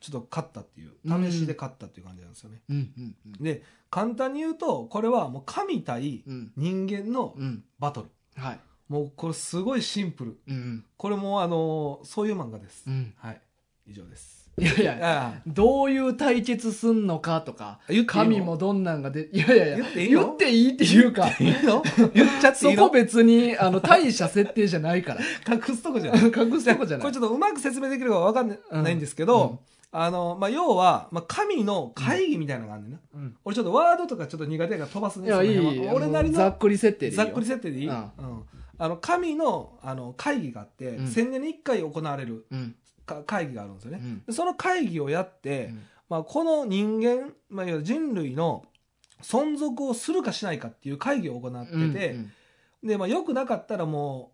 S2: ちょっと買ったっていう
S1: うん
S2: 試しで買ったっていう感じなんですよね、
S1: うんうんうん
S2: で簡単に言うとこれはもう神対
S1: うん
S2: 人間の
S1: うん
S2: バトル、
S1: はい
S2: もうこれすごいシンプル
S1: うん
S2: これもあのそういう漫画です、
S1: うん
S2: はい以上です
S1: いやいや
S2: あ
S1: どういう対決すんのかとか
S2: あ言っていいの
S1: 神もどんなんがでいやいやいや
S2: 言っていいの
S1: 言っていいっていうか
S2: いいの言っちゃって
S1: そ
S2: いい
S1: こ
S2: の
S1: 別にあの大した設定じゃないから
S2: 隠すとこじゃ ない
S1: 隠すとこじゃな
S2: こ
S1: い
S2: れちょっとうまく説明できるかわかんな
S1: うん
S2: ないんですけど、あの、まあ、要は、まあ、神の会議みたいなのがあるんだよな。
S1: うん
S2: 俺ちょっとワードとかちょっと苦手やから飛ばすね。
S1: いやい
S2: その辺
S1: い
S2: は俺なりの
S1: ざっくり設定でいい
S2: ざ
S1: よ
S2: っくり設定でいい、う
S1: うん
S2: んあの、神のあの会議があって、
S1: うん
S2: 千年に一回行われる
S1: うん
S2: か会議があるんですよ
S1: う
S2: ね。
S1: ん
S2: でその会議をやって、
S1: うん
S2: まあ、この人間、まあ、いわゆる人類の存続をするかしないかっていう会議を行ってて、
S1: うん
S2: で、まあ、良くなかったらも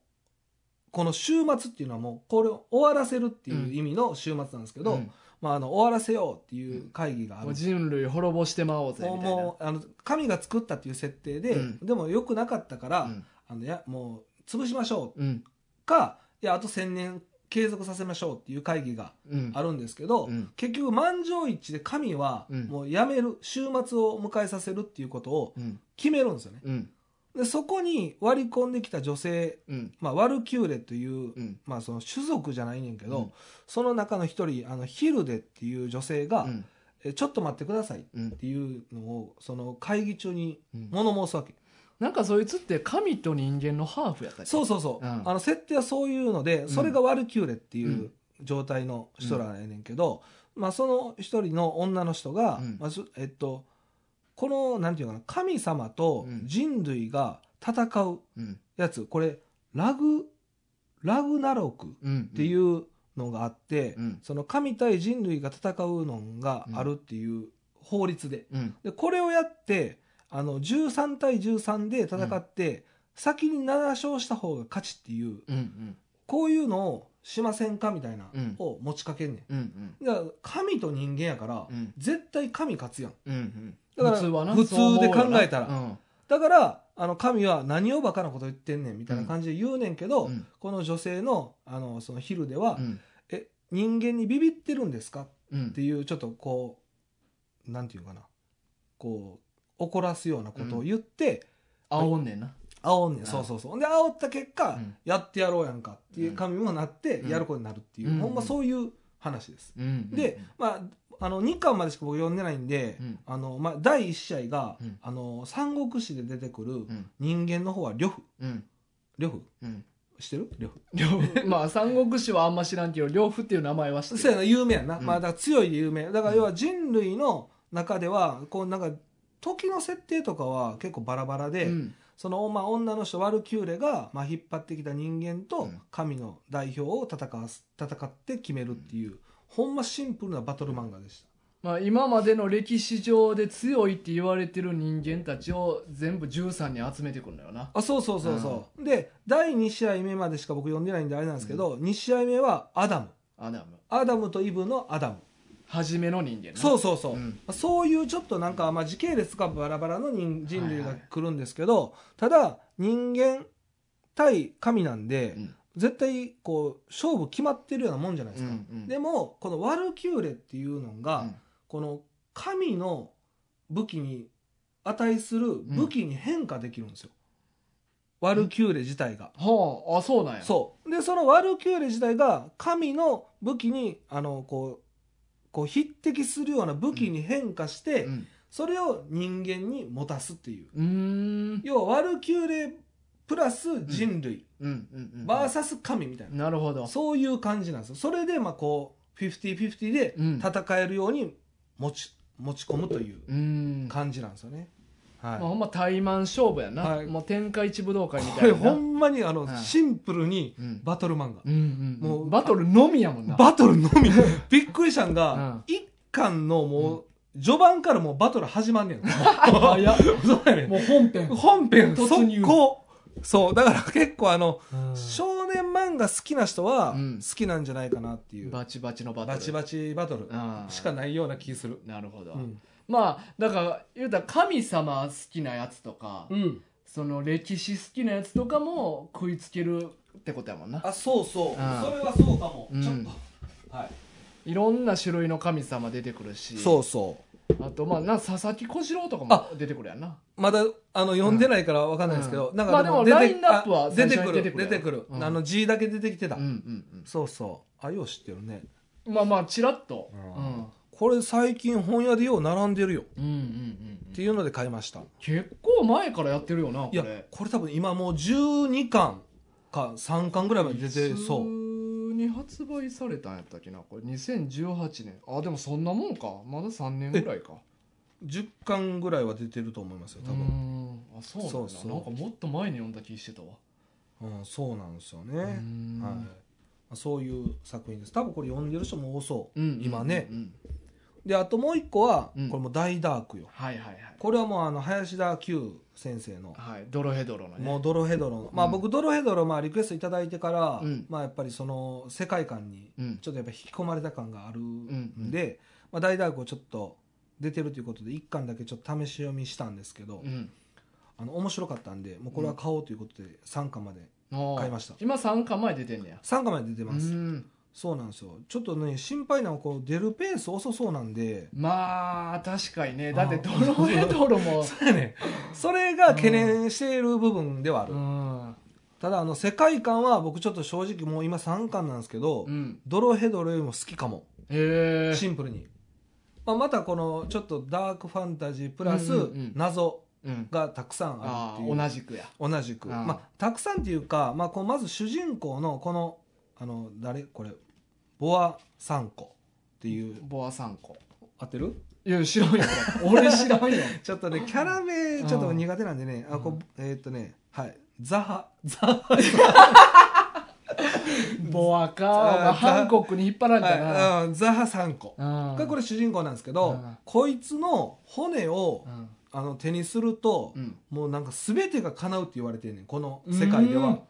S2: う、この週末っていうのはもう、これを終わらせるっていう意味の週末なんですけど、
S1: うん
S2: まあ、あの、終わらせようっていう会議がある。
S1: もう人類滅ぼしてまおうぜ
S2: もう、
S1: みたいな
S2: もうあの、神が作ったっていう設定で、
S1: うん
S2: でも良くなかったから、
S1: うん
S2: あの、や、もう、潰しましょう
S1: うん
S2: か、いや、あと千年継続させましょうっていう会議が
S1: うん
S2: あるんですけど、
S1: うん
S2: 結局、満場一致で神は、
S1: うん
S2: もうやめる、週末を迎えさせるっていうことを
S1: うん
S2: 決めるんですよね。
S1: うん
S2: で、そこに割り込んできた女性、
S1: うん
S2: まあ、ワルキューレという、
S1: うん
S2: まあ、その種族じゃないねんけど、
S1: うん
S2: その中の一人あのヒルデっていう女性が、
S1: うん
S2: え「ちょっと待ってください」っ
S1: うん
S2: ていうのをその会議中に
S1: うん
S2: 物申すわけ、
S1: なんかそいつって神と人間のハーフやったっけ
S2: そうそうそう、
S1: うん
S2: あの設定はそういうのでそれがワルキューレっていうう状態の人らやねんけど、まあ、その一人の女の人が、
S1: うん
S2: まあすえっと、このなんていうかな神様と
S1: うん
S2: 人類が戦う
S1: うん
S2: やつこれラグラグナロクっ
S1: うん、って
S2: いううのがあって、
S1: ん
S2: その神対人類が戦うのがあるっていう法律で
S1: うん
S2: でこれをやってあの13対13で戦って、先に7勝した方が勝ちっていう
S1: うんうん
S2: こういうのをしませんかみたいな
S1: うん
S2: を持ちかけんね
S1: うんうん
S2: ん、だから神と人間やから、
S1: うん
S2: 絶対神勝つやん
S1: うん
S2: だから
S1: 普通はな
S2: 普通で
S1: そう思うよな
S2: 考えたら
S1: うん
S2: だからあの神は何をバカなこと言ってんねんみたいな感じで言うねんけど、
S1: うん
S2: この女性のあのそのヒルでは、
S1: うん
S2: え人間にビビってるんですか
S1: うん
S2: っていうちょっとこうなんていうかなこう怒らすようなことを言って、
S1: 煽んねんな
S2: 煽んね
S1: うんん
S2: そうそうそうほんで煽った結果、
S1: うん
S2: やってやろうやんかっていう神もなって、
S1: うん
S2: やることになるっていう、
S1: うん
S2: ほんまそういう話です、
S1: うん
S2: でまああの2巻までしか僕読んでないんで、
S1: うん
S2: あのまあ、第1試合が、
S1: うん
S2: あの三国志で出てくる
S1: うん
S2: 人間の方は呂布
S1: うん
S2: 呂布
S1: うん
S2: 知ってる呂布
S1: 両夫まあ三国志はあんま知らんけど両夫っていう名前は知ってる
S2: そうやな有名やな、
S1: うん
S2: まあだから強いで有名だから要は人類の中ではこうなんか時の設定とかは結構バラバラで、
S1: うん
S2: その、まあ、女の人ワルキューレが、まあ、引っ張ってきた人
S1: う
S2: 間と
S1: ん
S2: 神の代表を戦わす戦って決めるっていう、ほんまシンプルなバトル漫画でした
S1: まあ今までの歴史上で強いって言われてる人間たちを全部13に集めてくるんだよな
S2: あそうそうそうそう、で第2試合目までしか僕読んでないんであれなんですけど、2試合目はアダム
S1: あでも
S2: アダムとイブのアダム
S1: 初めの人間な
S2: そうそうそう、
S1: うん
S2: そういうちょっとなんか、まあ、時系列がバラバラの人人類
S1: はい
S2: が
S1: はい
S2: 来るんですけど、ただ人間対神なんで、
S1: うん
S2: 絶対こう勝負決まってるようなもんじゃないで
S1: う
S2: すか、
S1: んうん
S2: でもこのワルキューレっていうのが、
S1: うん
S2: この神の武器に値する武器に変化できるんですよ、ワルキューレ自体が、
S1: はああそうなんや
S2: そうでそのワルキューレ自体が神の武器にあのこうこう匹敵するような武器に変化して、
S1: うん
S2: それを人間に持たすっていう
S1: うーん
S2: 要はワルキューレプラス人類、
S1: うんうんうん
S2: バーサス神みたいな、
S1: なるほど
S2: そういう感じなんですよそれでまあこう50-50で
S1: うん
S2: 戦えるように持ち持ち込むという
S1: うーん
S2: 感じなんですよね、
S1: ま
S2: は
S1: あ
S2: い
S1: ほんま怠慢勝負やな
S2: はい
S1: もう天下一武道会み
S2: こ
S1: たい
S2: れ
S1: な
S2: ほんまにあの、
S1: はい
S2: シンプルに
S1: うん
S2: バトル漫画、
S1: うんうんも
S2: も
S1: う
S2: うん
S1: バトルのみやもんな
S2: バトルのみびっくりしたんが、
S1: う
S2: 一巻のもう、序盤からもうバトル始まんねん
S1: 早っ
S2: そうやね
S1: もう本編
S2: ん本編
S1: 突入
S2: 速攻そうだから結構あの、
S1: うん
S2: 少年漫画好きな人は
S1: うん
S2: 好きなんじゃないかなっていう、
S1: バチバチのバトル
S2: バチバチバトル
S1: あー
S2: しかないような気する
S1: なるほど、
S2: うん、
S1: まあだから言うたら神様好きなやつとか、
S2: うん
S1: その歴史好きなやつとかも食いつけるってことやもんな
S2: あそうそう
S1: それは
S2: そうかも
S1: ちょっと
S2: はい
S1: ろんな種類の神様出てくるし
S2: そうそう
S1: あとまあな佐々木小次郎とかも出てくるやんな
S2: まだあの読んでないからわかんないですけど、
S1: うん
S2: なん
S1: ま
S2: か
S1: あでも
S2: 出て
S1: ラインナップは
S2: あ
S1: 最初
S2: 出て
S1: に
S2: く
S1: 出
S2: る
S1: て
S2: 出
S1: くる
S2: てくる、
S1: うん
S2: あの G だけ出てきてた、
S1: うんうん
S2: そうそうあよう知ってるね
S1: うんまあまあちらっと、うん、
S2: うんこれ最近本屋でよう並んでるよ
S1: うんうんうん
S2: っ
S1: う
S2: て
S1: ん
S2: いうので買いました、
S1: 結構前からやってるよなこ
S2: いや
S1: れ
S2: これ多分今もう12巻か3巻ぐらいまで出てそう
S1: うに発売されたんやったっけなこれ2018年あでもそんなもんかまだ3年ぐらいか
S2: 10巻ぐらいは出てると思いますよ多分、
S1: うーんあそうなんだ
S2: そうそう
S1: なんかもっと前に読んだ気してたわ
S2: うんそうなんですよ
S1: うー
S2: ね、
S1: ん
S2: はいまあそういう作品です多分これ読んでる人も多そう、
S1: うん
S2: 今ね、
S1: うんうん
S2: であともう一個は、
S1: うん
S2: これも大ダークよ
S1: はいはいはい
S2: これはもうあの林田久先生の
S1: はいドロヘドロのね
S2: もうドロヘドロの、まあ
S1: うん
S2: 僕ドロヘドロまあリクエストいただいてから、
S1: うん
S2: まあやっぱりその世界観に
S1: うん
S2: ちょっとやっぱ引き込まれた感がある
S1: ん
S2: んで、まあ、大ダークをちょっと出てるということで1巻だけちょっと試し読みしたんですけど、
S1: うん
S2: あの面白かったんでもうこれは買おうということで3巻まで
S1: ああ
S2: 買いました
S1: 今3巻前出てんねや
S2: 3巻まで出てま
S1: う
S2: す、
S1: ん
S2: そうなんですよちょっとね心配なのはこう出るペース遅そうなんで
S1: まあ確かにねだって
S2: あ
S1: ド
S2: ー
S1: ロヘドロ も
S2: それ,、ね、それが懸念している部分ではある、
S1: うん
S2: ただあの世界観は僕ちょっと正直もう今3巻なんですけど、
S1: うん
S2: ドロヘドロよりも好きかも
S1: へえ
S2: シンプルに、まあ、またこのちょっとダークファンタジープラス
S1: うんうんうん
S2: 謎
S1: うん、
S2: がたくさんあ
S1: あ
S2: るってい
S1: あ
S2: う
S1: 同じくや
S2: 同じく
S1: あー
S2: まあ、たくさんっていうか、まあ、こうまず主人公のこのあの誰これボア・サンコっていう
S1: ボア3個
S2: 合ってる
S1: いや知らんよ俺知らんよ
S2: ちょっとねキャラ名ちょっと苦手なんでねあこう
S1: う
S2: えーっとねはいザハザハ
S1: ボア
S2: あー
S1: かハンコックに引っ張られたな、
S2: はいうんザハサンコ
S1: うん
S2: がこれ主人公なんですけど、
S1: うん
S2: こいつの骨を
S1: うん
S2: あの手にすると、
S1: うん
S2: もうなんか全てが叶うって言われてんねんこの世界では、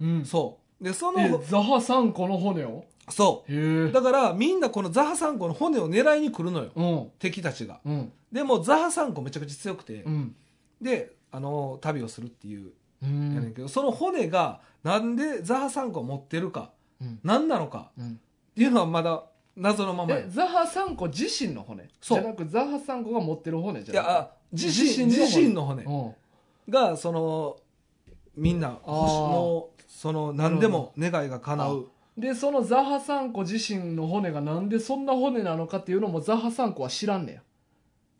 S1: うん
S2: そうでそ
S1: え
S2: の
S1: ザハ3個の骨を
S2: そ
S1: へ
S2: う
S1: え
S2: だからみんなこのザハサンコの骨を狙いに来るのよ
S1: うん
S2: 敵たちが
S1: うん
S2: でもザハサンコめちゃくちゃ強くて、
S1: うん
S2: であの旅をするっていう
S1: う
S2: やねん
S1: ん
S2: けど、その骨がなんでザハサンコを持ってるか
S1: うん
S2: 何なのか
S1: うん
S2: っていうのはまだ謎のままや
S1: えザハ3個自身の骨
S2: そう
S1: じゃなくザハ3個が持ってる骨
S2: い
S1: じゃ
S2: や
S1: な
S2: あ自身
S1: 自身の
S2: 自身の骨
S1: く
S2: がそのみんな
S1: あー
S2: 欲しもうその何でも願いが叶う
S1: うんでそのザハ3個自身の骨がなんでそんな骨なのかっていうのもザハ3個は知らんねや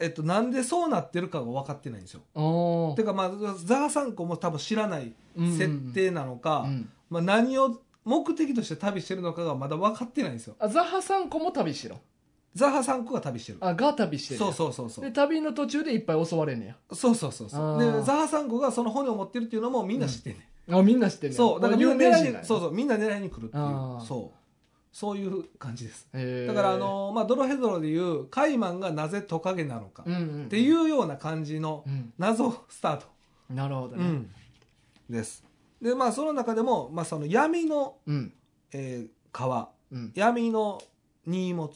S2: えっとなんでそうなってるかが分かってないんですよ
S1: お
S2: てかまあザハサンコも多分知らない設定なのか、
S1: うん
S2: まあ、何を目的として旅してるのかがまだ分かってないんですよ
S1: あザハ3個も旅しろ
S2: ザハサンコが旅してる
S1: あが旅してる
S2: そうそうそうそう
S1: で旅の途中でいっぱい襲われんね
S2: そうそうそうそう
S1: あー
S2: でザハサンコがその骨を持ってるっていうのもみんな知ってんねん、
S1: やあみんな知ってる
S2: そうだからみん
S1: 有
S2: な
S1: 名
S2: 狙い
S1: 人
S2: にそうそうみんな狙いに来るっていう
S1: あー
S2: そうそういう感じです
S1: う
S2: だからあのまあドロヘドロでいうカイマンがなぜトカゲなのか
S1: うんうん
S2: っていうような感じの
S1: うん
S2: 謎スタート、
S1: なるほど
S2: う
S1: ね
S2: んですでまあその中でも、まあ、その闇の、
S1: うん
S2: えー川
S1: うん
S2: 闇の荷物、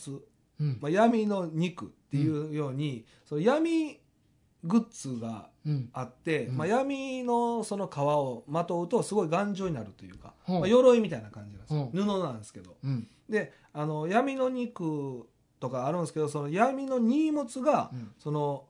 S1: うん
S2: まあ、闇の肉っていうように、その闇グッズが
S1: うん
S2: あって、
S1: うん
S2: まあ、闇のその皮をまとうとすごい頑丈になるというか、
S1: ほう
S2: まあ、鎧みたいな感じなんですよ、
S1: う
S2: 布なんですけど
S1: うん
S2: であの闇の肉とかあるんですけどその闇の荷物が
S1: うん
S2: その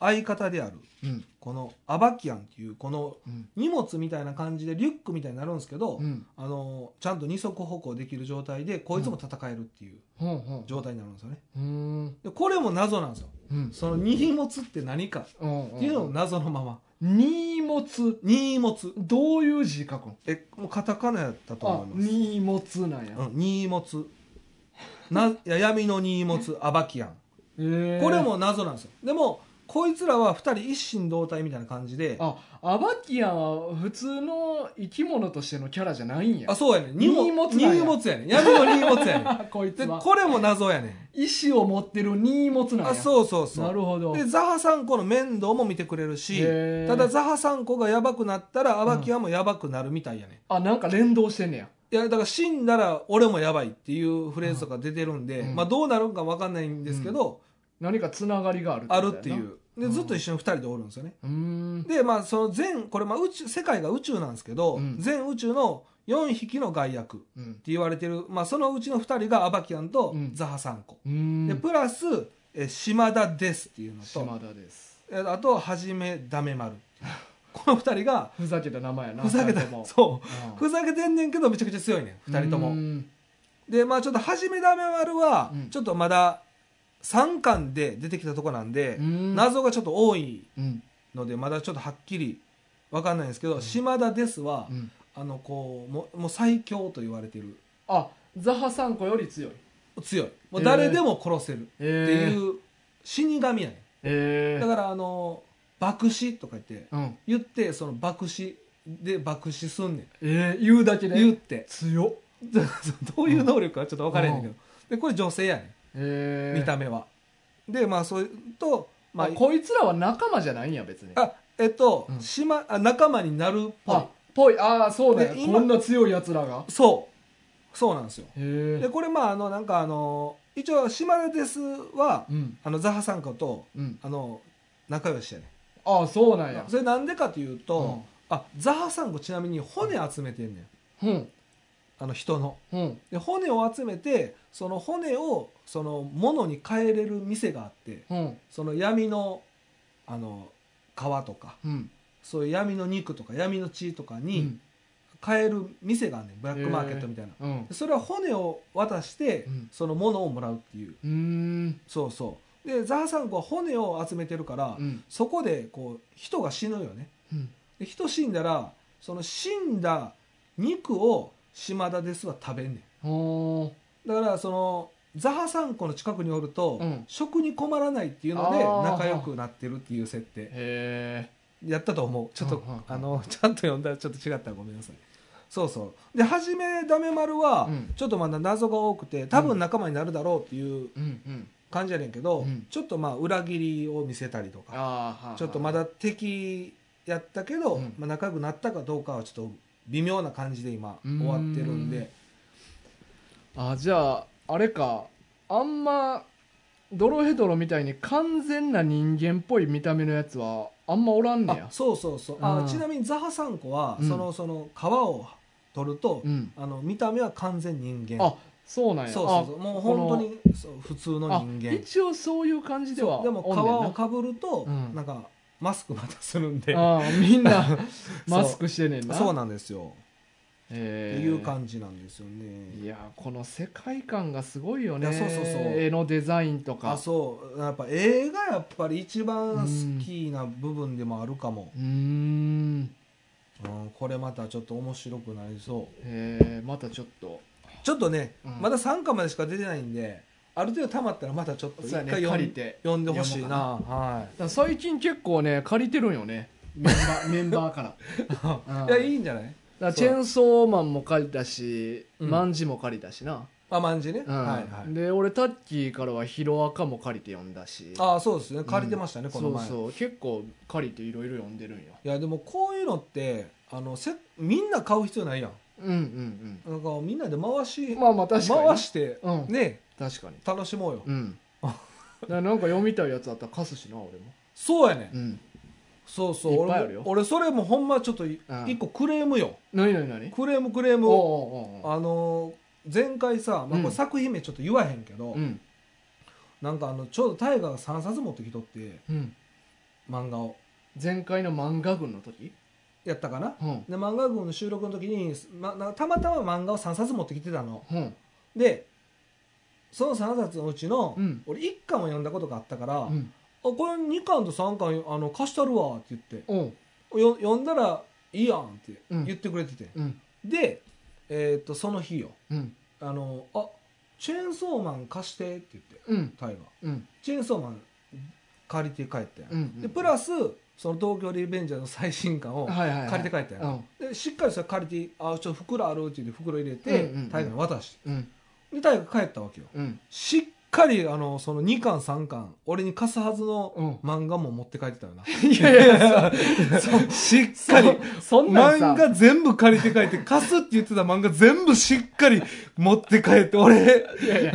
S2: 相方である
S1: うん
S2: このアバキアンっていうこの
S1: うん
S2: 荷物みたいな感じでリュックみたいになるんですけど、
S1: うん
S2: あのちゃんと二足歩行できる状態でこいつも戦えるっていう
S1: ほうほ
S2: 状態になるんですよね
S1: ううん
S2: でこれも謎なんですよ
S1: うん
S2: その荷物って何か
S1: っ
S2: っていうのを謎のまま
S1: 荷物
S2: 荷物
S1: どういう字書くの
S2: えもうカタカナやったと
S1: あ
S2: 思います
S1: 荷物なんや
S2: うん荷物なや闇の荷物アバキアン
S1: へえ
S2: これも謎なんですよでもこいつらは二人一心同体みたいな感じであ
S1: あアバキアンは普通の生き物としてのキャラじゃないんや
S2: そうやね荷物
S1: 荷物なんや
S2: 荷物やね闇の荷物やね
S1: こいつ
S2: で
S1: は
S2: これも謎やね
S1: 意思を持ってる荷物なんや
S2: あそうそうそう
S1: なるほど
S2: でザハサンコの面倒も見てくれるし
S1: へー
S2: ただザハサンコがやばくなったらアバキアンもやばくなるみたいやね、
S1: あなんか連動してんねや
S2: いやだから死んだら俺もやばいっていうフレーズとか出てるんで、
S1: うん
S2: まあ、どうなるんか分かんないんですけど、
S1: 何かつながりがある
S2: あるっていう
S1: う
S2: で
S1: ん
S2: ずっと一緒に2人でおるんですよね、
S1: うーん
S2: でまあその全これまあ宇宙世界が宇宙なんですけど、
S1: うん
S2: 全宇宙の4匹の害悪って
S1: うん
S2: 言われてる、まあ、そのうちの2人がアバキアンと
S1: うん
S2: ザハサンコ、
S1: うーん
S2: でプラスえ島田ですっていうのと
S1: 島田です
S2: えあとはじめダメ 丸っていうこの2人が
S1: ふざけた名前やな
S2: ふざけた
S1: 二人とも
S2: そう
S1: うん
S2: ふざけてんねんけどめちゃくちゃ強いねん2人と
S1: うー
S2: も
S1: ん
S2: でまあちょっと「はじめだめ丸」は
S1: うん
S2: ちょっとまだ3巻で出てきたとこなんで
S1: うーん
S2: 謎がちょっと多い
S1: うん
S2: のでまだちょっとはっきり分かんないんですけど「島田です」は
S1: うん
S2: あのこうもうもう最強と言われてる
S1: あザハサンコより強い
S2: 強いもう誰でも殺せる
S1: って
S2: っていう死神やね
S1: え
S2: ん
S1: ー、
S2: だからあの「爆死」とか言って
S1: うん
S2: 言ってその爆死で爆死すんねん
S1: えー、言うだけで
S2: 言って
S1: 強っ、
S2: どういう能力かちょっと分からへんねんけど、でこれ女性やねん
S1: えー、
S2: 見た目は、でまあそれと、
S1: ま
S2: まあ
S1: あ、こいつらは仲間じゃないんや別に
S2: あえっと、
S1: うん
S2: 島あ仲間になるっぽ
S1: あぽいああそう
S2: で
S1: ね
S2: 今
S1: こんな強いやつらが
S2: いそうそうなんですよ
S1: へえ
S2: でこれまああのなんかあの一応島田ですは、
S1: うん
S2: あのザハさんかと
S1: うん
S2: あの仲良しやね
S1: ああそうなんや
S2: んそれなんでかというと、
S1: うん
S2: あザハさんこちなみに骨集めてんねん
S1: うん
S2: あの人の
S1: うん
S2: で骨を集めてその骨をその物に変えれる店があって、
S1: うん
S2: その闇のあの皮とか
S1: うん
S2: そういう闇の肉とか闇の血とかに買える店があんねんブラックマーケットみたいな、
S1: うん
S2: それは骨を渡して、
S1: うん
S2: そのものをもらうっていう
S1: うーん
S2: そうそでザーサンクは骨を集めてるから、
S1: うん
S2: そこでこう人が死ぬよね
S1: うん
S2: で人死んだらその死んだ肉を島田ですは食べんね
S1: ほー
S2: んだからそのザハサンコの近くにおると、
S1: うん
S2: 食に困らないっていうので
S1: あー
S2: 仲良くなってるっていう設定
S1: へ
S2: やったと思うちょっと、
S1: うんうんうん
S2: あのちゃんと読んだらちょっと違ったらごめんなさいそうそうで初めダメ丸は、
S1: うん
S2: ちょっとまだ謎が多くて多分仲間になるだろうっていう
S1: えうんうん
S2: 感じやねんけど、
S1: うん
S2: ちょっとまあ裏切りを見せたりとか
S1: あーはーはー
S2: ちょっとまだ敵やったけど、
S1: うん
S2: まあ、仲良くなったかどうかはちょっと微妙な感じで今
S1: うーん
S2: 終わってるんで
S1: あじゃああれかあんまドロヘドロみたいに完全な人間っぽい見た目のやつはあんまおらんね
S2: あ
S1: や
S2: そうそうそうあ
S1: うん
S2: ちなみにザハサンコは、
S1: うん
S2: そのその皮を取ると、
S1: うん
S2: あの見た目は完全人間
S1: あそうなんや
S2: そうそうそうもう本当にそう普通の
S1: あこ
S2: 人
S1: のあ
S2: 間
S1: 一応そういう感じでは
S2: そうでも
S1: おんねんな
S2: 皮をかぶると、
S1: うん
S2: なんかマスクまたするんで
S1: ああみん なマスクしてねんな
S2: そう
S1: う
S2: なんですよ、
S1: へ
S2: って
S1: え
S2: いう感じなんですよね
S1: いやこの世界観がすごいよね
S2: いやそうそうそう
S1: 絵のデザインとか
S2: あそうやっぱ映画やっぱり一番好きな部分でもあるかも、
S1: うーん
S2: うんこれまたちょっと面白くなりそう
S1: えー、またちょっと
S2: ちょっとね、
S1: うん
S2: まだ3巻までしか出てないんである程度たまったらまたちょっと一
S1: そうや
S2: 回
S1: ね
S2: 読ん,、
S1: 借りて
S2: 読んでほしいなは
S1: だから最近結構ね借りてるんよねメンバー メンバーからだかうん
S2: いいやいいんじゃない
S1: らチェーンソーマンも借りたし
S2: うん
S1: 万事も借りたしな、
S2: あまんじね、
S1: うん
S2: はいはい
S1: で俺タッキーからはヒロアカも借りて読んだし
S2: あそうですね借りてましたね、この前
S1: そうそう結構借りていろいろ読んでるんよ
S2: いやでもこういうのってあのせみんな買う必要ないやん
S1: うんうん
S2: なんかみんなで回し、
S1: うんまあまあ確かにね
S2: 回して、
S1: うん
S2: ね
S1: 確かに
S2: 楽しもうよ、
S1: うん
S2: あ
S1: だからなんか読みたいやつあったら貸すしな俺も
S2: そうやね、
S1: うん
S2: そうそう
S1: いっぱいある
S2: 俺
S1: よ
S2: も俺それもほんまちょっとい
S1: うん
S2: 一個クレームよ
S1: 何何何
S2: クレームクレー
S1: おう
S2: ム
S1: おうおう
S2: あのー前回さ、ま
S1: う
S2: あ、
S1: ん
S2: これ作品名ちょっと言わへんけど、
S1: おううん
S2: なんかあのちょうど大河が3冊持ってきとって
S1: うん
S2: 漫画を
S1: 前回の漫画軍の時
S2: やったかな
S1: うん
S2: で漫画群の収録の時に、ま、なんかたまたま漫画を3冊持ってきてたの
S1: うん
S2: でその3冊のうちの、
S1: うん
S2: 俺1巻を読んだことがあったから、
S1: う
S2: あ
S1: ん
S2: これ2巻と3巻あの貸したるわって言って
S1: おう
S2: よ読んだらいいやんって
S1: うん
S2: 言ってくれてて、
S1: うん
S2: で、えー、とその日よ
S1: うん
S2: あの「あチェーンソーマン貸して」って言って
S1: うん
S2: タイが
S1: うん
S2: チェーンソーマン借りて帰ったやん、
S1: うん
S2: でプラスその東京リベンジャーの最新刊を
S1: はいはいはい
S2: 借りて帰ったやん、
S1: うん
S2: でしっかりした借りて「あちょっと袋ある」って言って袋入れて、
S1: うんうんうん
S2: タイガに渡して
S1: うん
S2: でタイガ帰ったわけよ
S1: うん
S2: しっかりあのその2巻3巻俺に貸すはずの
S1: う
S2: 漫画も持って帰ってたよな、
S1: いやいや
S2: しっ
S1: そ
S2: かり
S1: うそんなんさ
S2: 漫画全部借りて帰って貸すって言ってた漫画全部しっかり持って帰って俺
S1: いやいや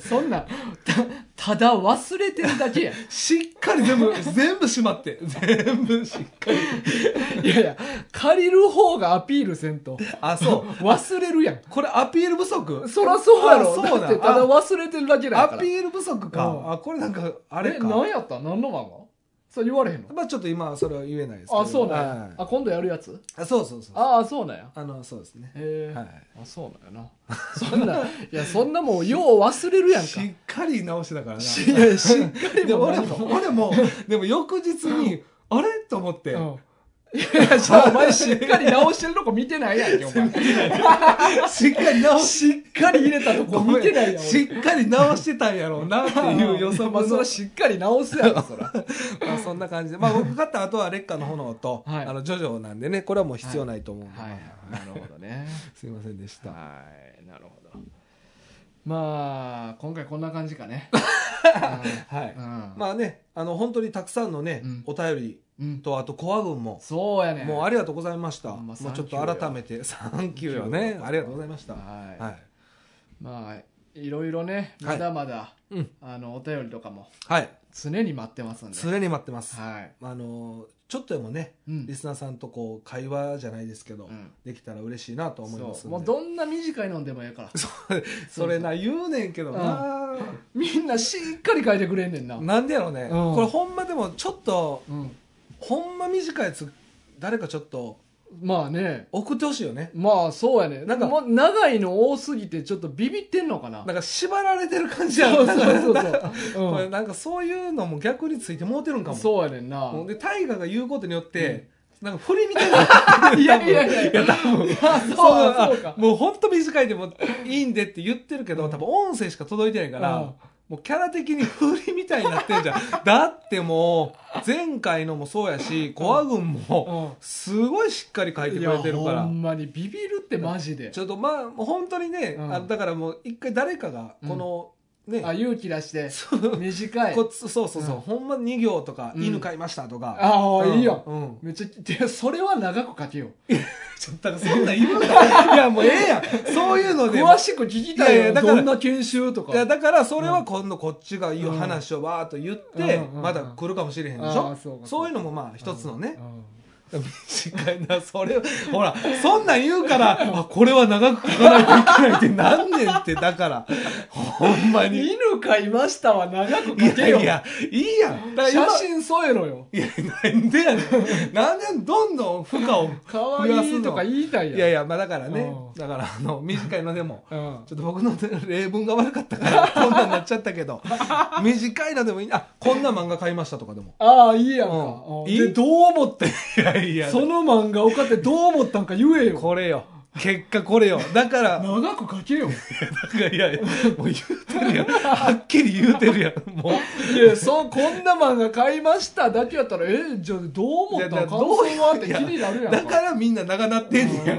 S1: そんなんたただ忘れてるだけや
S2: しっかり全部 全部しまって全部しっかり
S1: いやいや借りる方がアピールせんと
S2: あそ
S1: 忘れるやん
S2: うこれアピール不足
S1: そらそうやろ
S2: あそうなん
S1: だってただ忘れてるだけだ
S2: ア
S1: から
S2: ピール不足か、
S1: うん
S2: あこれなんかあれ
S1: え
S2: か
S1: 何やった何の漫画そう言われへんの
S2: まあちょっと今はそれは言えないですけど
S1: あそうなんや
S2: はい
S1: あ今度やるやつ
S2: あそうそうそうあ
S1: ああそうなんや
S2: のそうですね
S1: へえ、
S2: はい
S1: あそうなんやなそんないやそんなもんよう忘れるやん
S2: し
S1: か
S2: っかり直してたからな
S1: しいやしっかり
S2: で
S1: も
S2: 俺
S1: なんの
S2: も俺もでも翌日にあれと思って、
S1: うんいやいやじゃあお前しっかり直してるとこ見てないやんけお前
S2: しっかり直し
S1: しっかり入れたとこ
S2: ごめ
S1: 見
S2: ん
S1: てないやん
S2: しっかり直してたんやろうなっていう予想
S1: ま
S2: も
S1: あ それはしっかり直すやろそら
S2: まあそんな感じでまあ僕勝った後は烈火の炎と、
S1: はい
S2: あのジョジョなんでねこれはもう必要ないと思うんで、
S1: はいなるほどね
S2: すいませんでした、
S1: はいなるほどまあ今回こんな感じか ね
S2: はい
S1: うんうん
S2: まあねあの本当にたくさんのね、
S1: うん
S2: お便り
S1: うん
S2: とあとコア軍も、
S1: そうやね
S2: もうありがとうございました、
S1: ほんま
S2: もうちょっと改めて サンキューよねありがとうございました、
S1: はい
S2: はい
S1: まあいろいろね
S2: は
S1: ま
S2: い
S1: だまだ、
S2: うん
S1: あのお便りとかも
S2: はい、
S1: 常に待ってますんで
S2: 常に待ってます、
S1: はい
S2: あのちょっとでもね
S1: うん
S2: リスナーさんとこう会話じゃないですけど、
S1: うん
S2: できたら嬉しいなと思います
S1: そう
S2: んで
S1: もうどんな短いのでもええから
S2: それな言うねんけどな、
S1: みんなしっかり書いてくれんねんな
S2: なんでやろうね、
S1: ん
S2: これほんまでもちょっと
S1: うん
S2: ほんま短いやつ誰かちょっと
S1: まあね
S2: 送ってほしいよね
S1: まあそうやねな
S2: な
S1: んん
S2: か
S1: かもう長いの多すぎてちょっとビビってんのかな
S2: なんか縛られてる感じや
S1: そうそうそう
S2: なんか
S1: そう、うん
S2: これなんかそういうのも逆についてもうてるんかも
S1: そうやねんな
S2: もうで大河が言うことによって、なんか振りみたい な
S1: いやいやいや
S2: いや多分
S1: あそうそう
S2: あ
S1: か
S2: もうほんと短いでもいいんでって言ってるけど多分音声しか届いてないから、
S1: うん
S2: もうキャラ的に振りみたいになってんじゃんだってもう前回のもそうやしコア軍も
S1: うん
S2: すごいしっかり書いてくれてるか
S1: いや
S2: ら
S1: ほんまにビビるってマジで
S2: ちょっとまあもう本当にね、
S1: うん
S2: あだからもう一回誰かがこの、ね
S1: あ勇気出して
S2: そう
S1: 短い
S2: こそうそうそう、
S1: うん
S2: ほんま2行とか、
S1: うん
S2: 犬飼いましたとか
S1: ああ、
S2: うん
S1: いいよ
S2: うん
S1: めっちゃてそれは長く書けよ
S2: ちょっとそんなん言うないやもうええやんそういうので
S1: 詳しく聞きたいよ
S2: いやいやだから
S1: どんな研修とか
S2: いやだからそれは今度こっちが言う話をわーっと言って、
S1: うんうん
S2: まだ来るかもしれへんでし
S1: あ
S2: ょ
S1: ー、そうか
S2: そういうのもまあ一つのね、
S1: うん
S2: 短いなそれをほらそんなん言うからあこれは長く書かないといけないってなんねんってだからほんまに
S1: 犬飼いましたは長く
S2: い
S1: 書け
S2: や
S1: よ
S2: いやいいやんだから
S1: 写真
S2: 今
S1: 添えろよ
S2: いやなんでやねんなんでどんどん負荷を
S1: かわいいとか言いたいやん
S2: いやいやまあだからね
S1: う
S2: だからあの短いのでも
S1: うん
S2: ちょっと僕の例文が悪かっ たからこんなんなっちゃったけど短いのでもいいあこんな漫画買いましたとかでも、
S1: ああいいやんか、
S2: うん
S1: うん
S2: いい
S1: でどう思って
S2: いやいや
S1: その漫画を買ってどう思ったんか言えよ
S2: これよ結果これよだから
S1: 長く書けよ
S2: だからいやいやもう言うてるやんはっきり言うてるやんもう
S1: いやそうこんな漫画買いましただけやったらえじゃあどう思った
S2: いや
S1: ん
S2: だ
S1: 感
S2: から
S1: 想
S2: どういう
S1: はって気になるやん
S2: だからみんな長なってんねんやん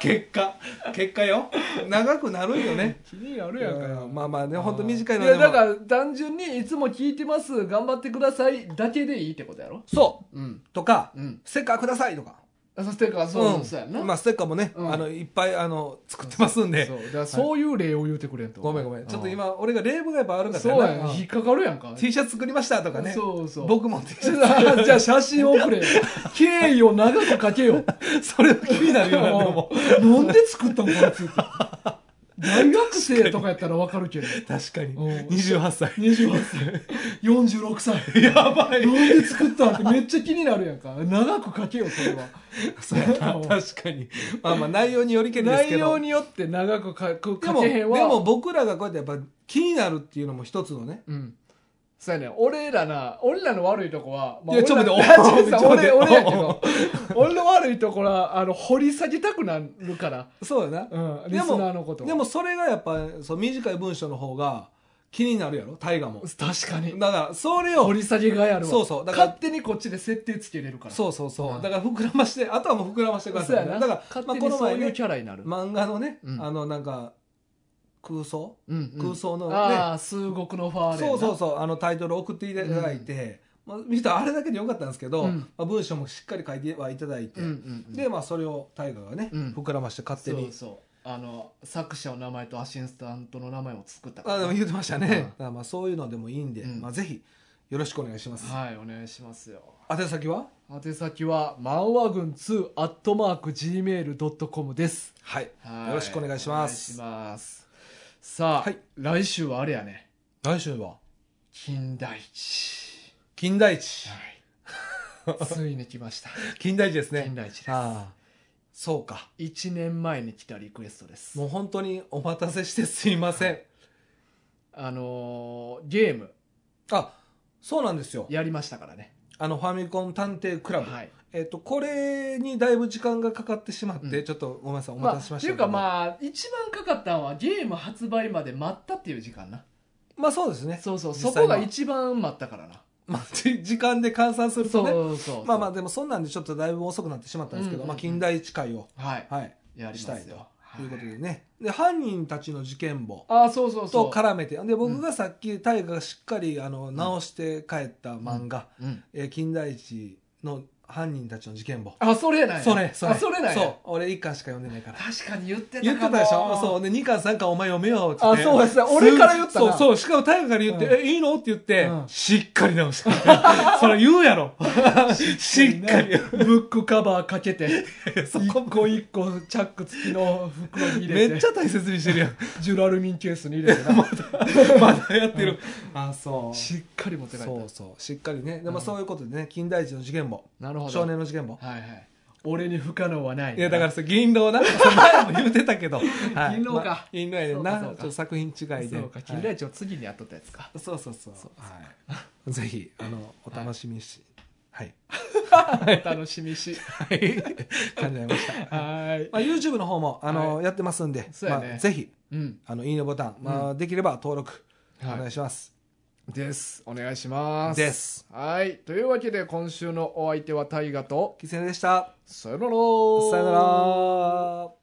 S2: 結果結果よ長くなるんよね
S1: 気になるやんかよ
S2: うんまあまあねほんと短いの
S1: い
S2: で
S1: や
S2: も
S1: だから単純にいつも聞いてます頑張ってくださいだけでいいってことやろ
S2: そ
S1: うん
S2: うとか
S1: うん
S2: ステッカーくださいとか
S1: あそしてかそうそうそうやんな、
S2: まあステッカーもね、
S1: うん
S2: あのいっぱいあの作ってますんで
S1: そうだからそういう例を言うてくれんと、
S2: ごめんごめん。ちょっと
S1: う
S2: 今、俺が例文がやっぱあるから
S1: そうや
S2: なう
S1: ん
S2: ん
S1: 引っかかるやんか
S2: T シャツ作りましたとかね。
S1: そうそう
S2: 僕も T シャ
S1: あ じゃあ写真送 れよ経緯を長く書けよ
S2: ツ、 それは気になるよな、でも。
S1: なんで作ったんこいつって大学生とかやったらわかるけど
S2: 確かに。
S1: うん
S2: 28歳。
S1: 28歳46歳
S2: やば。
S1: ないんで作ったんってめっちゃ気になるやんか長く書けよそれは
S2: そうやな 確かに。まあまあ、内容によりけりですけど。
S1: 内容によって長く書く
S2: で
S1: 書
S2: も、
S1: け
S2: で
S1: へんは
S2: も僕らがこうやってやっぱ気になるっていうのも一つのね。
S1: うんそうやね俺らな俺らの悪いとこは、
S2: いやちょっと待って
S1: 俺ら
S2: おちょっと待って
S1: 俺俺やけど俺の悪いところはあの掘り下げたくなるから、
S2: そうやな。
S1: うん、リ
S2: で
S1: ス
S2: も
S1: ナーのことを
S2: でもそれがやっぱ、そう、短い文章の方が気になるやろ、大河も。
S1: 確かに
S2: だから、それを
S1: 掘、り下げがやるわ
S2: そうそうだから
S1: 勝手にこっちで設定つけれるから
S2: そうそうそう。
S1: うん
S2: だから膨らまして、あとはもう膨らましてくだ
S1: そうや
S2: さいね。
S1: な
S2: だから、
S1: 勝
S2: まあ
S1: 手にそうい
S2: ね
S1: うキャラになる、
S2: 漫画のね、
S1: うん
S2: あのなんか空想、
S1: うんうん
S2: 空想のね
S1: ああ数国のファーレンな
S2: そうそうそうあのタイトル送っていただいて、まあ、見たらあれだけでよかったんですけど、
S1: うん
S2: まあ、文章もしっかり書いてはいただいて、
S1: うんうんうん
S2: でまあそれを大河がね、
S1: うん
S2: 膨らまして勝手
S1: そう
S2: に
S1: そうあの作者の名前とアシスタントの名前も作ったから
S2: あでも言ってましたね、
S1: うん
S2: だからまあそういうのでもいいんで、
S1: うん
S2: まあ、ぜひよろしくお願いします、
S1: はいお願いしますよ
S2: 宛先は
S1: 宛先は漫画軍2アットマーク Gmail.com です、
S2: はい、
S1: はい
S2: よろしくお願いします
S1: お願いしますさあ、
S2: はい
S1: 来週はあれやね
S2: 来週は
S1: 金田一、
S2: 金田一
S1: はい、ついに来ました
S2: 金田一ですね
S1: 金田一です
S2: ああそうか
S1: 1年前に来たリクエストです
S2: もう本当にお待たせしてすいません、
S1: あのーゲーム
S2: あそうなんですよ
S1: やりましたからね
S2: あのファミコン探偵クラブ、
S1: はい
S2: えっとこれにだいぶ時間がかかってしまって、
S1: うん
S2: ちょっとごめんなさいお
S1: まあ
S2: 待たせしました
S1: っていうか
S2: あ
S1: まあ一番かかったのはゲーム発売まで待ったっていう時間な
S2: まあそうですね、
S1: そうそうそ
S2: 実際は
S1: こが一番待ったからな
S2: まあ、じ時間で換算するとね
S1: そうそうそう
S2: まあまあでもそんなんでちょっとだいぶ遅くなってしまったんですけ
S1: うん
S2: ど、
S1: うん
S2: まあ、近代一会を、
S1: はい
S2: はい、
S1: やり
S2: した
S1: ま
S2: い
S1: す
S2: と
S1: よ
S2: ということでねで犯人たちの事件簿
S1: ああそうそう
S2: と
S1: そう
S2: 絡めてで僕がさっき大河がしっかりあの直して帰った漫画
S1: うん
S2: 「えー金田一の犯人たちの事件簿」
S1: あそれない
S2: それそれ
S1: あそれない
S2: そう俺1巻しか読んでないから
S1: 確かに 言ってたかも
S2: 言ってたでしょそうで2巻3巻お前読めよって
S1: あそうですね俺から言ったな
S2: そうそうしかも大河から言って
S1: う
S2: 「
S1: ん
S2: えいいの?」って言って、
S1: うん
S2: しっかり直した それ言う やろしっかり
S1: ブックカバーかけて
S2: そ
S1: 一
S2: こ
S1: 個一個チャック付きの袋に入
S2: め
S1: れ
S2: ってちゃ大切にしてるやん
S1: ジュラルミンケースに入れてな
S2: まだやってる、 あそう
S1: しっかり持って帰った
S2: そうそうしっかりねでもそういうことでね金田一の事件簿
S1: なるほど
S2: 少年の事件簿
S1: はいはい俺に不可能はない
S2: いやだからそれ銀狼 な前も言うてたけど、
S1: 銀狼か
S2: まあ銀狼やねん
S1: そ
S2: な
S1: うかそう
S2: ちょ
S1: か
S2: っと作品違いで
S1: そうか金田一を次にやっとったやつか、
S2: はいそうそうそうはい、 ぜひあのお楽しみしはい
S1: お楽しみし
S2: はい、 感じま した、
S1: はい
S2: まあ、YouTube の方もあの、やってますんで、
S1: そうやね
S2: まあ、ぜひ
S1: うん
S2: あのいいねボタン、まあ、できれば登録お願いします、
S1: ですお願いします
S2: です
S1: はいというわけで今週のお相手は大ガと
S2: キセネでした
S1: さよなら
S2: さよなら